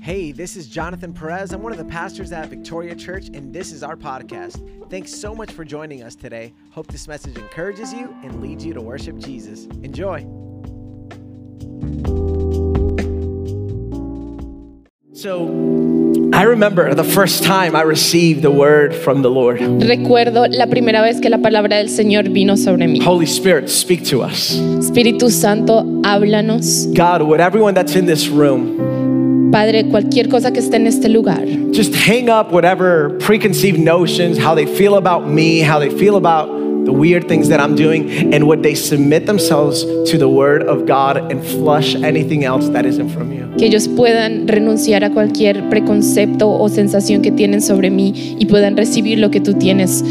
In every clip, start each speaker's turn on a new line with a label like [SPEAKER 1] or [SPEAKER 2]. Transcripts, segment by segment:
[SPEAKER 1] Hey, this is Jonathan Perez. I'm one of the pastors at Victoria Church, and this is our podcast. Thanks so much for joining us today. Hope this message encourages you and leads you to worship Jesus. Enjoy. So, I remember the first time I received the word from the Lord.
[SPEAKER 2] Recuerdo la primera vez que la palabra del Señor vino sobre mí.
[SPEAKER 1] Holy Spirit, speak to us.
[SPEAKER 2] Espíritu Santo, háblanos.
[SPEAKER 1] God, would everyone that's in this room
[SPEAKER 2] Padre, cualquier cosa que esté en este lugar,
[SPEAKER 1] just hang up whatever preconceived notions, how they feel about me, how they feel about the weird things that I'm doing, and would they submit themselves to the word of God and flush anything else that isn't from you?
[SPEAKER 2] que ellos puedan renunciar a cualquier preconcepto o sensación que tienen sobre mí y puedan recibir lo que tú tienes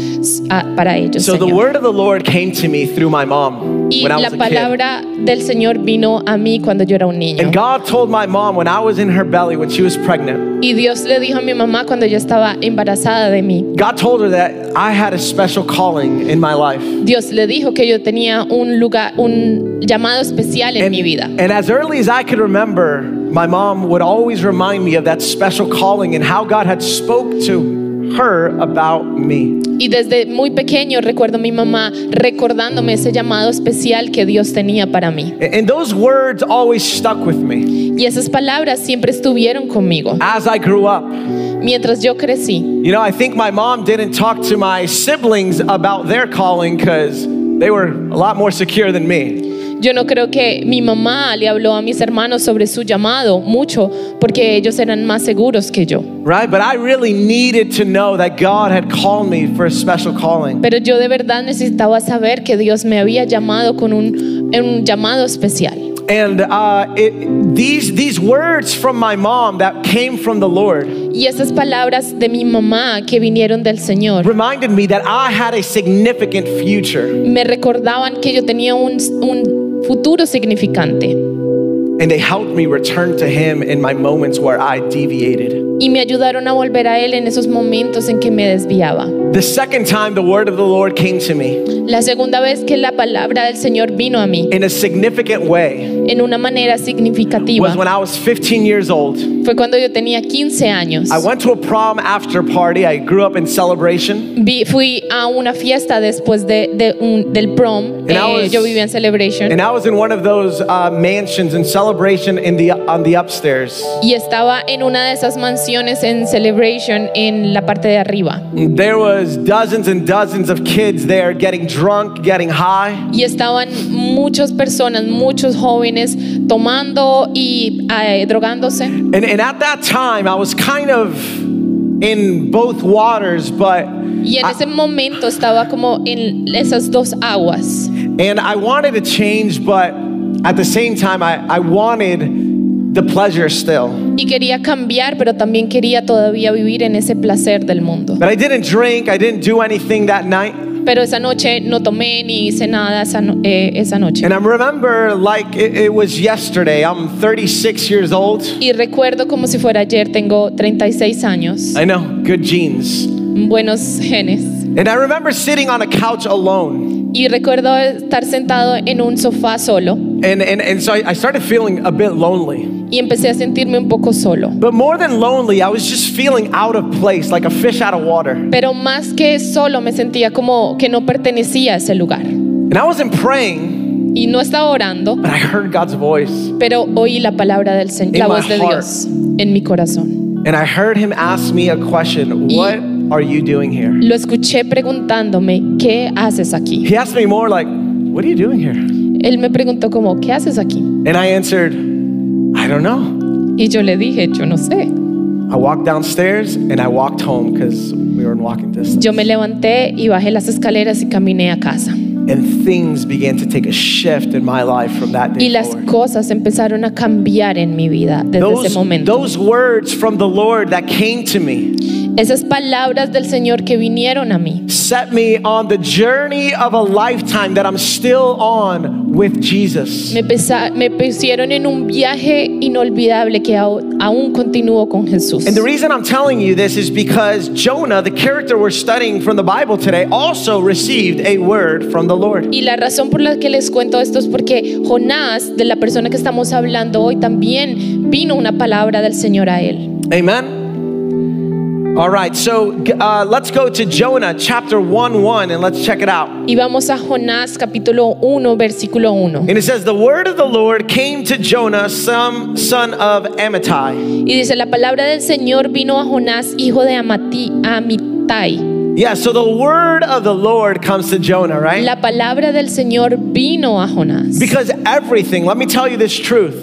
[SPEAKER 2] ah, para ellos.
[SPEAKER 1] So the
[SPEAKER 2] Señor.
[SPEAKER 1] word of the Lord came to me through my mom
[SPEAKER 2] y
[SPEAKER 1] when I
[SPEAKER 2] la
[SPEAKER 1] was a kid.
[SPEAKER 2] palabra del Señor vino a mí cuando yo era un niño.
[SPEAKER 1] And God told my mom when I was in her belly, when she was pregnant,
[SPEAKER 2] Y Dios le dijo a mi mamá cuando yo estaba embarazada de mí.
[SPEAKER 1] God told her that I had a special calling in my life.
[SPEAKER 2] Dios le dijo que yo tenía un lugar, un llamado especial en mi vida.
[SPEAKER 1] and as early as I could remember, my mom would always remind me of that special calling and how God had spoke to her about me.
[SPEAKER 2] Y desde muy pequeño recuerdo a mi mamá recordándome ese llamado especial que Dios tenía para mí.
[SPEAKER 1] And- And those words always stuck with me
[SPEAKER 2] Y esas palabras siempre estuvieron conmigo
[SPEAKER 1] as I grew up.
[SPEAKER 2] mientras yo crecí.
[SPEAKER 1] You know, I think my mom didn't talk to my siblings about their calling because they were a lot more secure than me.
[SPEAKER 2] Yo no creo que mi mamá le habló a mis hermanos sobre su llamado mucho porque ellos eran más seguros que yo.
[SPEAKER 1] Right? But I really needed to know that God had called me for a special calling.
[SPEAKER 2] Pero yo de verdad necesitaba saber que Dios me había llamado con un, en un llamado especial.
[SPEAKER 1] And uh, it, these, these words from my mom that came from the Lord
[SPEAKER 2] Y esas palabras de mi mamá que vinieron del Señor
[SPEAKER 1] reminded me that I had a significant future.
[SPEAKER 2] me recordaban que yo tenía un, un futuro significante.
[SPEAKER 1] And they helped me return to Him in my moments where I deviated.
[SPEAKER 2] y me ayudaron a volver a Él en esos momentos en que me desviaba.
[SPEAKER 1] The second time the word of the Lord came to me
[SPEAKER 2] La segunda vez que la palabra del Señor vino a mí
[SPEAKER 1] in a significant way
[SPEAKER 2] en una manera
[SPEAKER 1] was
[SPEAKER 2] significativa
[SPEAKER 1] when I was 15 years old.
[SPEAKER 2] fue cuando yo tenía 15 años.
[SPEAKER 1] I went to a prom after party. I grew up in celebration.
[SPEAKER 2] Vi- fui a una fiesta después de, de un- del prom.
[SPEAKER 1] And I
[SPEAKER 2] Eh,
[SPEAKER 1] was-
[SPEAKER 2] yo vivía en Celebration
[SPEAKER 1] And I was in one of those uh, mansions in celebration in the, on the upstairs.
[SPEAKER 2] y estaba en una de esas mansiones en Celebration en la parte de arriba.
[SPEAKER 1] There was dozens and dozens of kids there getting drunk, getting high.
[SPEAKER 2] Y estaban muchas personas, muchos jóvenes tomando y eh, drogándose.
[SPEAKER 1] And, and at that time, I was kind of in both waters, but
[SPEAKER 2] Y en
[SPEAKER 1] I-
[SPEAKER 2] ese momento estaba como en esas dos aguas.
[SPEAKER 1] and I wanted to change, but at the same time, I, I wanted the pleasure still.
[SPEAKER 2] Y quería cambiar, pero también quería todavía vivir en ese placer del mundo.
[SPEAKER 1] But I didn't drink. I didn't do anything that night.
[SPEAKER 2] Pero esa noche no tomé ni hice nada esa, no- eh, esa noche.
[SPEAKER 1] And I remember like it, it was yesterday. I'm 36 years old.
[SPEAKER 2] Y recuerdo como si fuera ayer, tengo 36 años,
[SPEAKER 1] I know, good genes.
[SPEAKER 2] buenos genes.
[SPEAKER 1] And I remember sitting on a couch alone.
[SPEAKER 2] Y recuerdo estar sentado en un sofá solo
[SPEAKER 1] And, and, and so I, I started feeling a bit lonely.
[SPEAKER 2] y empecé a sentirme un poco solo.
[SPEAKER 1] But more than lonely, I was just feeling out of place, like a fish out of water.
[SPEAKER 2] Pero más que solo me sentía como que no pertenecía a ese lugar.
[SPEAKER 1] And I wasn't praying,
[SPEAKER 2] Y no estaba orando,
[SPEAKER 1] but I heard God's voice.
[SPEAKER 2] pero oí la palabra del Señor, la
[SPEAKER 1] In my
[SPEAKER 2] voz de
[SPEAKER 1] heart.
[SPEAKER 2] Dios en mi corazón.
[SPEAKER 1] And I heard him ask me a question
[SPEAKER 2] Y-
[SPEAKER 1] What are you doing here?
[SPEAKER 2] Lo escuché preguntándome, ¿qué haces aquí?
[SPEAKER 1] He asked me more like, What are you doing here? And
[SPEAKER 2] Él me preguntó como, ¿qué haces aquí?
[SPEAKER 1] I answered, I don't know.
[SPEAKER 2] Y yo le dije, yo no sé.
[SPEAKER 1] I walked downstairs and I walked home because we were in walking distance.
[SPEAKER 2] Yo me levanté y bajé las escaleras y caminé a casa.
[SPEAKER 1] And things began to take a shift in my life from that
[SPEAKER 2] Y
[SPEAKER 1] day
[SPEAKER 2] las
[SPEAKER 1] forward.
[SPEAKER 2] cosas empezaron a cambiar en mi vida desde ese
[SPEAKER 1] Those,
[SPEAKER 2] momento.
[SPEAKER 1] those words from the Lord that came to me
[SPEAKER 2] Esas palabras del Señor que vinieron a mí
[SPEAKER 1] set me on the journey of a lifetime that I'm still on with Jesus.
[SPEAKER 2] me, pesa- me pusieron en un viaje inolvidable que ao- aún continúo con Jesús.
[SPEAKER 1] And the reason I'm telling you this is because Jonah, the character we're studying from the Bible today, also received a word from the Lord.
[SPEAKER 2] Y la razón por la que les cuento esto es porque Jonás, de la persona que estamos hablando hoy, también vino una palabra del Señor a él.
[SPEAKER 1] Amen. All right, so uh, let's go to Jonah chapter 1 1 and let's check it out.
[SPEAKER 2] Y vamos a Jonás capítulo 1, versículo 1.
[SPEAKER 1] And it says, The word of the Lord came to Jonah, some son of Amittai.
[SPEAKER 2] Y dice, la palabra del Señor vino a Jonás, hijo de Amati, Amittai.
[SPEAKER 1] Yeah, so the word of the Lord comes to Jonah, right?
[SPEAKER 2] La palabra del Señor vino a Jonás.
[SPEAKER 1] Because everything, let me tell you this truth.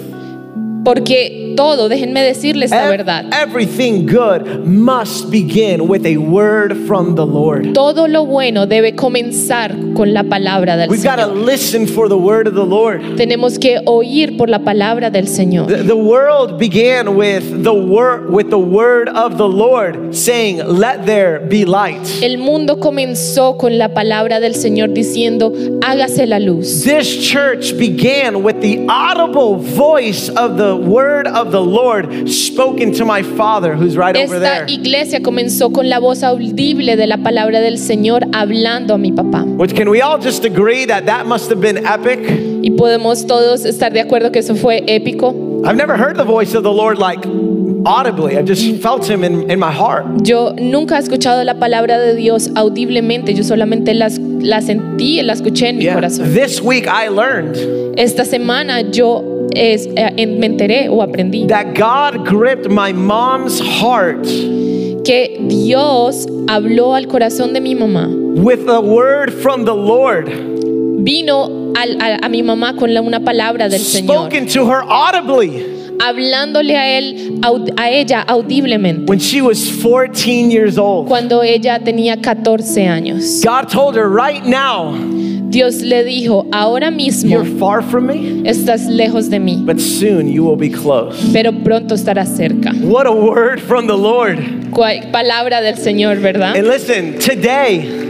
[SPEAKER 2] Porque todo, déjenme decirles la
[SPEAKER 1] ev-
[SPEAKER 2] verdad,
[SPEAKER 1] Everything good must begin with a word from the Lord.
[SPEAKER 2] todo lo bueno debe comenzar con la palabra del
[SPEAKER 1] We've got to
[SPEAKER 2] Señor.
[SPEAKER 1] listen for the word of the Lord.
[SPEAKER 2] Tenemos que oír por la palabra del Señor.
[SPEAKER 1] The, the world began with the word with the word of the Lord saying, "Let there be light."
[SPEAKER 2] El mundo comenzó con la palabra del Señor diciendo, hágase la luz.
[SPEAKER 1] This church began with the audible voice of the word of the Lord spoken to my father who's right over there.
[SPEAKER 2] Esta iglesia comenzó con la voz audible de la palabra del Señor hablando a mi papá.
[SPEAKER 1] Which can we all just agree that that must have been epic?
[SPEAKER 2] Y podemos todos estar de acuerdo que eso fue épico.
[SPEAKER 1] I've never heard the voice of the Lord like audibly. I just felt him in, in my heart.
[SPEAKER 2] Yo nunca he escuchado la palabra de Dios audiblemente, yo solamente la, la sentí, la escuché en mi corazón.
[SPEAKER 1] This week I learned
[SPEAKER 2] Esta semana yo es- eh, en- me enteré o aprendí
[SPEAKER 1] that God gripped my mom's heart
[SPEAKER 2] que Dios habló al corazón de mi mamá,
[SPEAKER 1] with a word from the Lord
[SPEAKER 2] vino al- a, a mi mamá con la- una palabra del Señor,
[SPEAKER 1] spoken to her audibly
[SPEAKER 2] hablándole a, él, au- a ella audiblemente
[SPEAKER 1] when she was 14 years old.
[SPEAKER 2] cuando ella tenía 14 años.
[SPEAKER 1] God told her, right now,
[SPEAKER 2] Dios le dijo, ahora mismo
[SPEAKER 1] you're far from me,
[SPEAKER 2] estás lejos de mí.
[SPEAKER 1] but soon you will be close.
[SPEAKER 2] pero pronto estará cerca.
[SPEAKER 1] What a word from the Lord. And
[SPEAKER 2] Cual- Palabra del Señor, ¿verdad?
[SPEAKER 1] listen, today,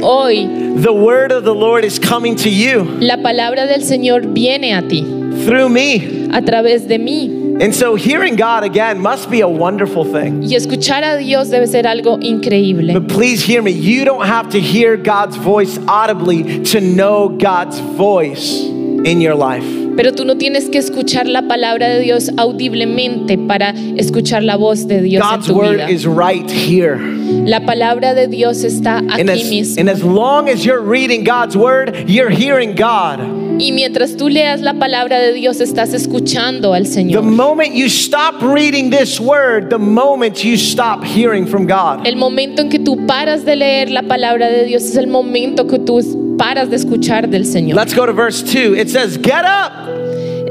[SPEAKER 2] Hoy
[SPEAKER 1] the word of the Lord is coming to you
[SPEAKER 2] la palabra del Señor viene a ti
[SPEAKER 1] through me.
[SPEAKER 2] a través de mí
[SPEAKER 1] And so hearing God again must be a wonderful thing.
[SPEAKER 2] y escuchar a Dios debe ser algo increíble.
[SPEAKER 1] But please hear me. You don't have to hear God's voice audibly to know God's voice in your life.
[SPEAKER 2] Pero tú no tienes que escuchar la palabra de Dios audiblemente para escuchar la voz de Dios en
[SPEAKER 1] God's
[SPEAKER 2] tu
[SPEAKER 1] word
[SPEAKER 2] vida.
[SPEAKER 1] is right here.
[SPEAKER 2] La palabra de Dios está
[SPEAKER 1] And
[SPEAKER 2] aquí
[SPEAKER 1] as,
[SPEAKER 2] mismo.
[SPEAKER 1] and as long as you're reading God's word, you're hearing God.
[SPEAKER 2] Y mientras tú leas la palabra de Dios, estás escuchando al
[SPEAKER 1] The
[SPEAKER 2] Señor.
[SPEAKER 1] moment you stop reading this word, the moment you stop hearing from God.
[SPEAKER 2] El momento en que tú paras de leer la palabra de Dios es el momento que tú es- paras de escuchar del Señor.
[SPEAKER 1] Let's go to verse 2. It says, Get up.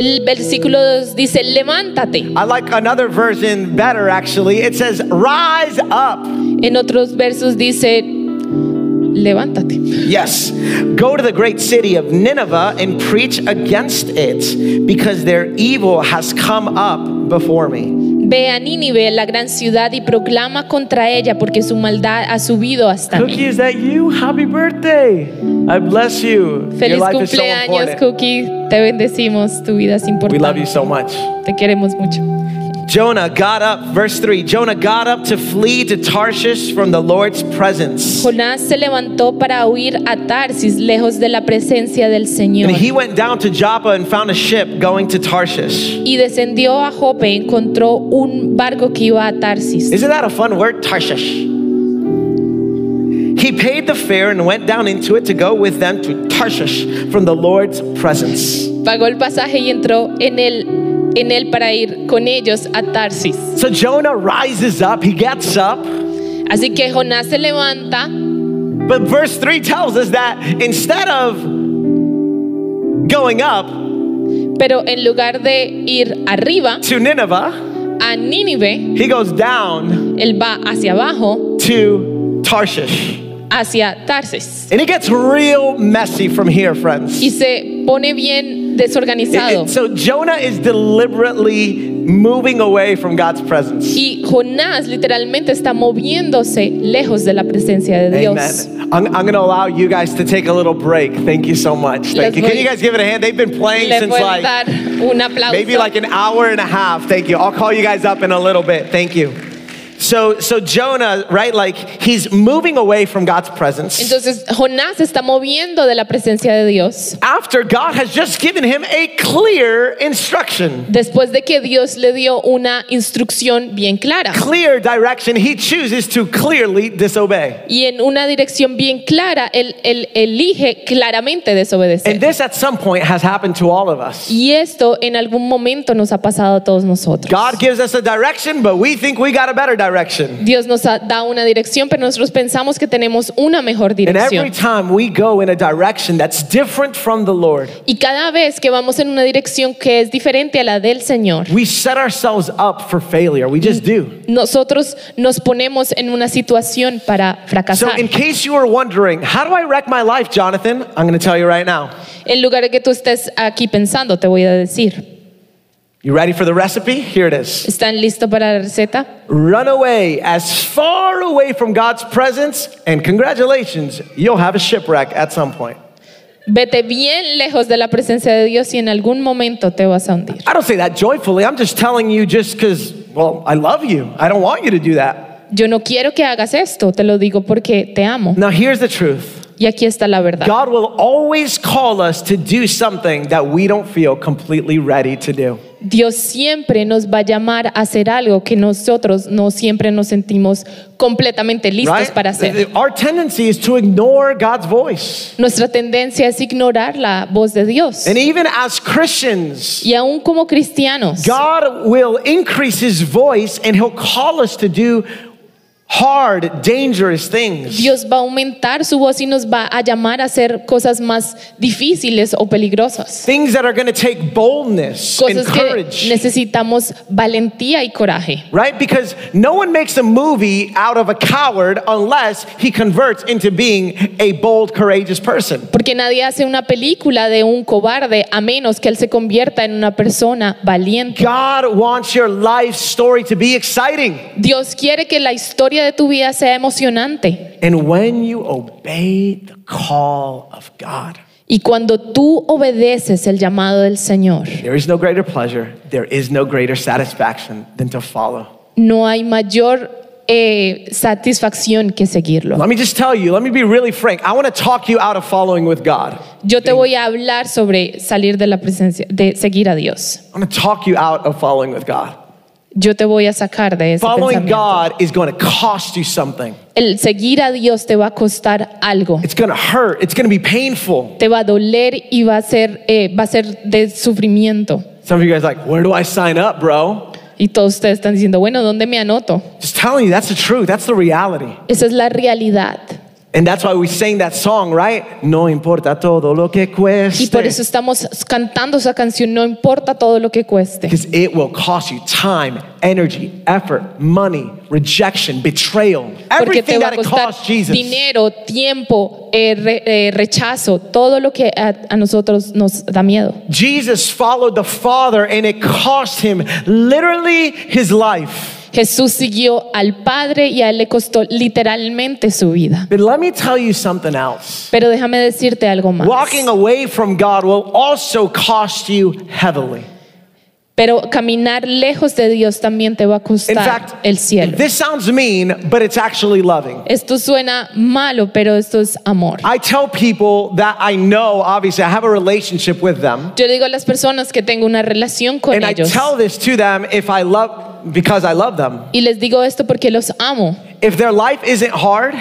[SPEAKER 2] El versículo 2 dice, levántate.
[SPEAKER 1] I like another version better, actually. It says, Rise up.
[SPEAKER 2] En otros versos dice, levántate.
[SPEAKER 1] Yes. Go to the great city of Nineveh and preach against it, because their evil has come up before me.
[SPEAKER 2] Ve a Nínive, la gran ciudad, y proclama contra ella porque su maldad ha subido hasta mí.
[SPEAKER 1] Cookie, is that you? Happy birthday. I bless you. Your
[SPEAKER 2] Feliz
[SPEAKER 1] life is so
[SPEAKER 2] cumpleaños,
[SPEAKER 1] important.
[SPEAKER 2] Cookie. Te bendecimos. Tu vida es
[SPEAKER 1] We love you
[SPEAKER 2] importante.
[SPEAKER 1] so much.
[SPEAKER 2] Te queremos mucho.
[SPEAKER 1] Jonah got up, verse 3. Jonah got up to flee to Tarshish from the Lord's presence.
[SPEAKER 2] Jonás se levantó para huir a Tarsis, lejos de la presencia del Señor.
[SPEAKER 1] And he went down to Joppa and found a ship going to Tarshish.
[SPEAKER 2] Y descendió a Jope, encontró un barco que iba a Tarsis.
[SPEAKER 1] Isn't that a fun word? Tarshish. He paid the fare and went down into it to go with them to Tarshish from the Lord's presence.
[SPEAKER 2] pagó el pasaje y entró en él, en él para ir con ellos a Tarsis.
[SPEAKER 1] So Jonah rises up, he gets up.
[SPEAKER 2] Así que Jonás se levanta,
[SPEAKER 1] But verse 3 tells us that instead of going up
[SPEAKER 2] pero en lugar de ir arriba
[SPEAKER 1] to Nineveh,
[SPEAKER 2] a Nínive,
[SPEAKER 1] he goes down
[SPEAKER 2] él va hacia abajo,
[SPEAKER 1] to Tarshish.
[SPEAKER 2] hacia Tarsis.
[SPEAKER 1] And it gets real messy from here, friends.
[SPEAKER 2] Y se pone bien
[SPEAKER 1] It-
[SPEAKER 2] desorganizado.
[SPEAKER 1] it- so Jonah is deliberately moving away from God's presence.
[SPEAKER 2] Y Jonás literalmente está moviéndose lejos de la presencia de Dios.
[SPEAKER 1] Amen. I'm, I'm going to allow you guys to take a little break. Thank you so much. Thank
[SPEAKER 2] Les
[SPEAKER 1] you. Can
[SPEAKER 2] voy-
[SPEAKER 1] you guys give it a hand? They've been playing
[SPEAKER 2] Le
[SPEAKER 1] since
[SPEAKER 2] pueden
[SPEAKER 1] like
[SPEAKER 2] dar un aplauso.
[SPEAKER 1] maybe like an hour and a half. Thank you. I'll call you guys up in a little bit. Thank you. So, so Jonah, right? Like he's moving away from God's presence
[SPEAKER 2] Entonces Jonás se está moviendo de la presencia de Dios.
[SPEAKER 1] after God has just given him a clear instruction,
[SPEAKER 2] Después de que Dios le dio una instrucción bien clara
[SPEAKER 1] clear direction. He chooses to clearly disobey.
[SPEAKER 2] y en una dirección bien clara, él, él elige claramente
[SPEAKER 1] And
[SPEAKER 2] desobedecer.
[SPEAKER 1] this at some point has happened to all of us.
[SPEAKER 2] Y esto en algún momento nos ha pasado a todos nosotros.
[SPEAKER 1] God gives us a direction, but we think we got a better direction.
[SPEAKER 2] Dios nos ha- da una dirección, pero nosotros pensamos que tenemos una mejor
[SPEAKER 1] And every
[SPEAKER 2] dirección.
[SPEAKER 1] time we go in a direction that's different from the Lord,
[SPEAKER 2] Y cada vez que vamos en una dirección que es diferente a la del Señor,
[SPEAKER 1] we set ourselves up for failure. We just do.
[SPEAKER 2] nosotros nos ponemos en una situación para
[SPEAKER 1] So,
[SPEAKER 2] fracasar.
[SPEAKER 1] in case you were wondering, how do I wreck my life, Jonathan? I'm going to tell you right now.
[SPEAKER 2] En lugar de que tú estés aquí pensando, te voy a decir,
[SPEAKER 1] You ready for the recipe? Here it is.
[SPEAKER 2] ¿están listos para la receta?
[SPEAKER 1] Run away as far away from God's presence, and congratulations, you'll have a shipwreck at some point.
[SPEAKER 2] Vete bien lejos de la presencia de Dios y en algún momento te vas a hundir.
[SPEAKER 1] I don't say that joyfully. I'm just telling you just because, well, I love you. I don't want you to do that.
[SPEAKER 2] Yo no quiero que hagas esto, te lo digo porque te amo.
[SPEAKER 1] Now, here's the truth.
[SPEAKER 2] Y aquí está la verdad.
[SPEAKER 1] God will always call us to do something that we don't feel completely ready to do.
[SPEAKER 2] Dios siempre nos va a llamar a hacer algo que nosotros no siempre nos sentimos completamente listos
[SPEAKER 1] Right?
[SPEAKER 2] para hacer.
[SPEAKER 1] Our tendency is to ignore God's voice.
[SPEAKER 2] Nuestra tendencia es ignorar la voz de Dios.
[SPEAKER 1] And even as Christians,
[SPEAKER 2] Y aún como cristianos,
[SPEAKER 1] God will increase his voice and he'll call us to do hard, dangerous things.
[SPEAKER 2] Dios va a aumentar su voz y nos va a llamar a hacer cosas más difíciles o peligrosas.
[SPEAKER 1] Things that are going to take boldness and
[SPEAKER 2] Cosas que
[SPEAKER 1] courage.
[SPEAKER 2] necesitamos valentía y coraje.
[SPEAKER 1] Right? Because no one makes a movie out of a coward unless he converts into being a bold, courageous person.
[SPEAKER 2] Porque nadie hace una película de un cobarde a menos que él se convierta en una persona valiente.
[SPEAKER 1] God wants your life story to be exciting.
[SPEAKER 2] Dios quiere que la historia de tu vida sea emocionante.
[SPEAKER 1] And when you obey the call of God,
[SPEAKER 2] Y cuando tú obedeces el llamado del Señor,
[SPEAKER 1] there is no greater pleasure, there is no greater satisfaction than to follow.
[SPEAKER 2] no hay mayor eh, satisfacción que seguirlo.
[SPEAKER 1] Let me just tell you, let me be really frank. I want to talk you out of following with God. I
[SPEAKER 2] Yo te voy a hablar sobre salir de la presencia, de seguir a Dios.
[SPEAKER 1] want to talk you out of following with God.
[SPEAKER 2] Yo te voy a sacar de ese
[SPEAKER 1] Following
[SPEAKER 2] pensamiento.
[SPEAKER 1] God is going to cost you something.
[SPEAKER 2] El seguir a Dios te va a costar algo.
[SPEAKER 1] It's going to hurt, it's going to be painful.
[SPEAKER 2] Te va a doler y va a ser, eh, va a ser de sufrimiento.
[SPEAKER 1] Some of you guys are like, "Where do I sign up, bro?"
[SPEAKER 2] Y todos ustedes están diciendo, bueno, ¿dónde me anoto?
[SPEAKER 1] Just telling you that's the truth, that's the reality.
[SPEAKER 2] Esa es la realidad.
[SPEAKER 1] And that's why we sang that song, right? No importa todo lo que
[SPEAKER 2] Y por eso
[SPEAKER 1] cueste.
[SPEAKER 2] estamos cantando esa canción, no importa todo lo que cueste.
[SPEAKER 1] Because it will cost you time, energy, effort, money, rejection, betrayal.
[SPEAKER 2] porque te
[SPEAKER 1] Everything
[SPEAKER 2] va a
[SPEAKER 1] that it
[SPEAKER 2] costar
[SPEAKER 1] cost Jesus.
[SPEAKER 2] dinero, tiempo, eh, re- eh, rechazo, todo lo que a, a nosotros nos da miedo.
[SPEAKER 1] Jesus followed the Father and it cost him literally his life.
[SPEAKER 2] Jesús siguió al Padre y a él le costó literalmente su vida.
[SPEAKER 1] But let me tell you something else.
[SPEAKER 2] Pero déjame decirte algo más.
[SPEAKER 1] Walking away from God will also cost you heavily.
[SPEAKER 2] Pero caminar lejos de Dios también te va a
[SPEAKER 1] In
[SPEAKER 2] costar
[SPEAKER 1] fact,
[SPEAKER 2] el cielo.
[SPEAKER 1] this sounds mean, but it's actually loving.
[SPEAKER 2] Esto suena malo, pero esto es amor.
[SPEAKER 1] I tell people that I know, obviously, I have a relationship with them.
[SPEAKER 2] Yo le digo a las personas que tengo una relación con
[SPEAKER 1] And I
[SPEAKER 2] ellos
[SPEAKER 1] tell this to them if I love, because I love them.
[SPEAKER 2] y les digo esto porque los amo.
[SPEAKER 1] If their life isn't hard,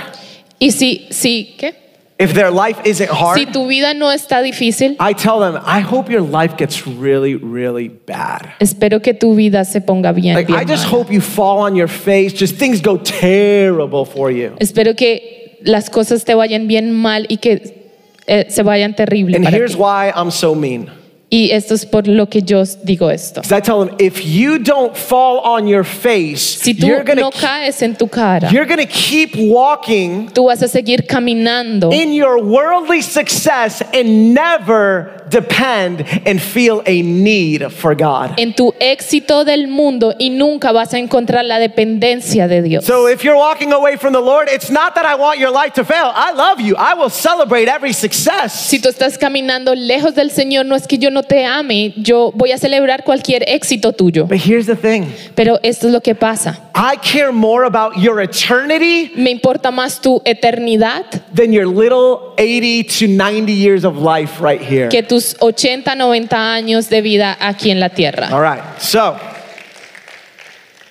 [SPEAKER 2] Y si, si, ¿qué?
[SPEAKER 1] if their life isn't
[SPEAKER 2] Si
[SPEAKER 1] hard,
[SPEAKER 2] tu vida no está difícil,
[SPEAKER 1] I tell them, I hope your life gets really, really bad.
[SPEAKER 2] Espero que tu vida se ponga bien.
[SPEAKER 1] Like,
[SPEAKER 2] bien
[SPEAKER 1] I just
[SPEAKER 2] mala.
[SPEAKER 1] hope you fall on your face, just things go terrible for you.
[SPEAKER 2] Espero que las cosas te vayan bien mal y que eh, se vayan terrible.
[SPEAKER 1] And
[SPEAKER 2] para
[SPEAKER 1] here's
[SPEAKER 2] ti.
[SPEAKER 1] why I'm so mean.
[SPEAKER 2] Y esto es por lo que yo digo esto.
[SPEAKER 1] Because I tell them, if you don't fall on your face,
[SPEAKER 2] Si tú
[SPEAKER 1] you're gonna
[SPEAKER 2] no
[SPEAKER 1] ke-
[SPEAKER 2] caes en tu cara,
[SPEAKER 1] you're gonna keep walking
[SPEAKER 2] tú vas a seguir caminando
[SPEAKER 1] in your worldly success and never depend and feel a need for God.
[SPEAKER 2] en tu éxito del mundo y nunca vas a encontrar la dependencia de Dios.
[SPEAKER 1] So if you're walking away from the Lord, it's not that I want your life to fail. I love you. I will celebrate every success.
[SPEAKER 2] Si tú estás caminando lejos del Señor, no es que yo no te ame, yo voy a celebrar cualquier éxito tuyo.
[SPEAKER 1] But here's the thing.
[SPEAKER 2] Pero esto es lo que pasa.
[SPEAKER 1] I care more about your eternity
[SPEAKER 2] Me importa más tu eternidad
[SPEAKER 1] than your little 80 to 90 years of life right here.
[SPEAKER 2] que tus 80, 90 años de vida aquí en la tierra.
[SPEAKER 1] All right. So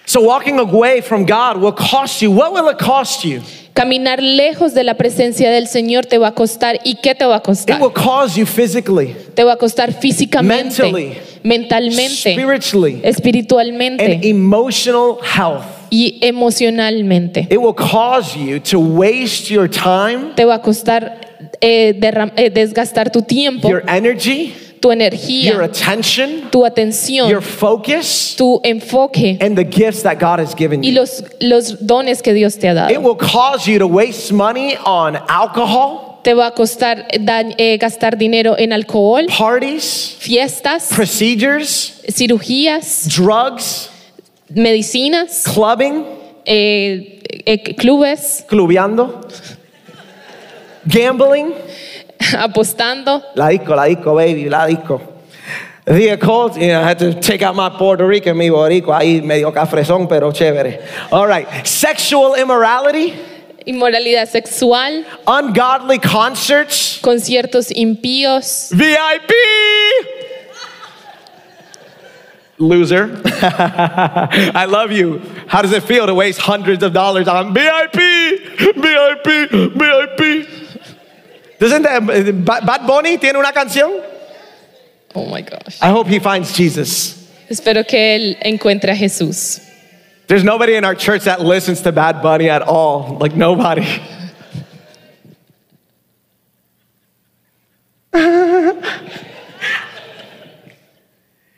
[SPEAKER 1] So walking away from God will cost you. What will it cost you?
[SPEAKER 2] Caminar lejos de la presencia del Señor te va a costar. ¿Y qué te va a
[SPEAKER 1] It
[SPEAKER 2] costar?
[SPEAKER 1] will cause you physically
[SPEAKER 2] Te va a costar físicamente,
[SPEAKER 1] Mentally.
[SPEAKER 2] mentalmente,
[SPEAKER 1] Spiritually. and
[SPEAKER 2] espiritualmente
[SPEAKER 1] emotional health.
[SPEAKER 2] y emocionalmente.
[SPEAKER 1] It will cause you to waste your time,
[SPEAKER 2] Te va a costar eh, derram- eh, desgastar tu tiempo,
[SPEAKER 1] your energy,
[SPEAKER 2] tu
[SPEAKER 1] your
[SPEAKER 2] energía,
[SPEAKER 1] attention,
[SPEAKER 2] tu atención,
[SPEAKER 1] your focus,
[SPEAKER 2] tu enfoque
[SPEAKER 1] and the gifts that God has given
[SPEAKER 2] y
[SPEAKER 1] you.
[SPEAKER 2] los, los dones que Dios te ha
[SPEAKER 1] It
[SPEAKER 2] dado.
[SPEAKER 1] will cause you to waste money on alcohol,
[SPEAKER 2] Te va a costar da- eh, gastar dinero en alcohol,
[SPEAKER 1] parties,
[SPEAKER 2] fiestas,
[SPEAKER 1] procedures,
[SPEAKER 2] cirugías,
[SPEAKER 1] drugs,
[SPEAKER 2] medicinas,
[SPEAKER 1] clubbing,
[SPEAKER 2] eh, eh, clubes,
[SPEAKER 1] clubiando, gambling,
[SPEAKER 2] apostando.
[SPEAKER 1] la disco, la disco, baby, la disco. The occult, you know, I had to take out my Puerto Rican, mi boricua, ahí medio cafresón, pero chévere. All right, sexual immorality,
[SPEAKER 2] Inmoralidad sexual,
[SPEAKER 1] ungodly concerts,
[SPEAKER 2] conciertos impíos,
[SPEAKER 1] VIP. Loser. I love you. How does it feel to waste hundreds of dollars on VIP? VIP, VIP. Doesn't that Bad Bad Bunny tiene una canción?
[SPEAKER 2] Oh my gosh.
[SPEAKER 1] I hope he finds Jesus.
[SPEAKER 2] Espero que él encuentre a Jesús.
[SPEAKER 1] There's nobody in our church that listens to Bad Bunny at all. Like nobody.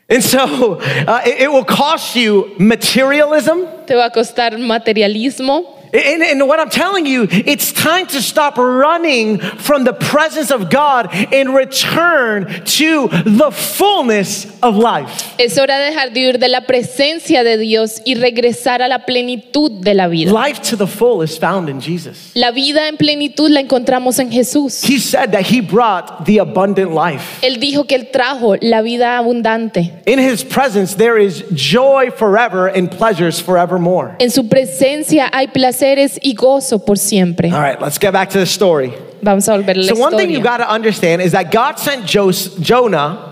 [SPEAKER 1] and so uh, it, it will cost you materialism.
[SPEAKER 2] Te va a costar materialismo.
[SPEAKER 1] And, and what I'm telling you, it's time to stop running from the presence of God and return to the fullness of life.
[SPEAKER 2] Es hora de dejar de huir de la presencia de Dios y regresar a la plenitud de la vida.
[SPEAKER 1] Life to the full is found in Jesus.
[SPEAKER 2] La vida en plenitud la encontramos en Jesús.
[SPEAKER 1] He said that he brought the abundant life.
[SPEAKER 2] Él dijo que él trajo la vida abundante.
[SPEAKER 1] In his presence, there is joy forever and pleasures forevermore.
[SPEAKER 2] En su presencia hay placeres y gozo por siempre.
[SPEAKER 1] All right, let's get back to the story.
[SPEAKER 2] Vamos a volver a la
[SPEAKER 1] Ah. So, one thing you
[SPEAKER 2] historia.
[SPEAKER 1] got to understand is that God sent Jos- Jonah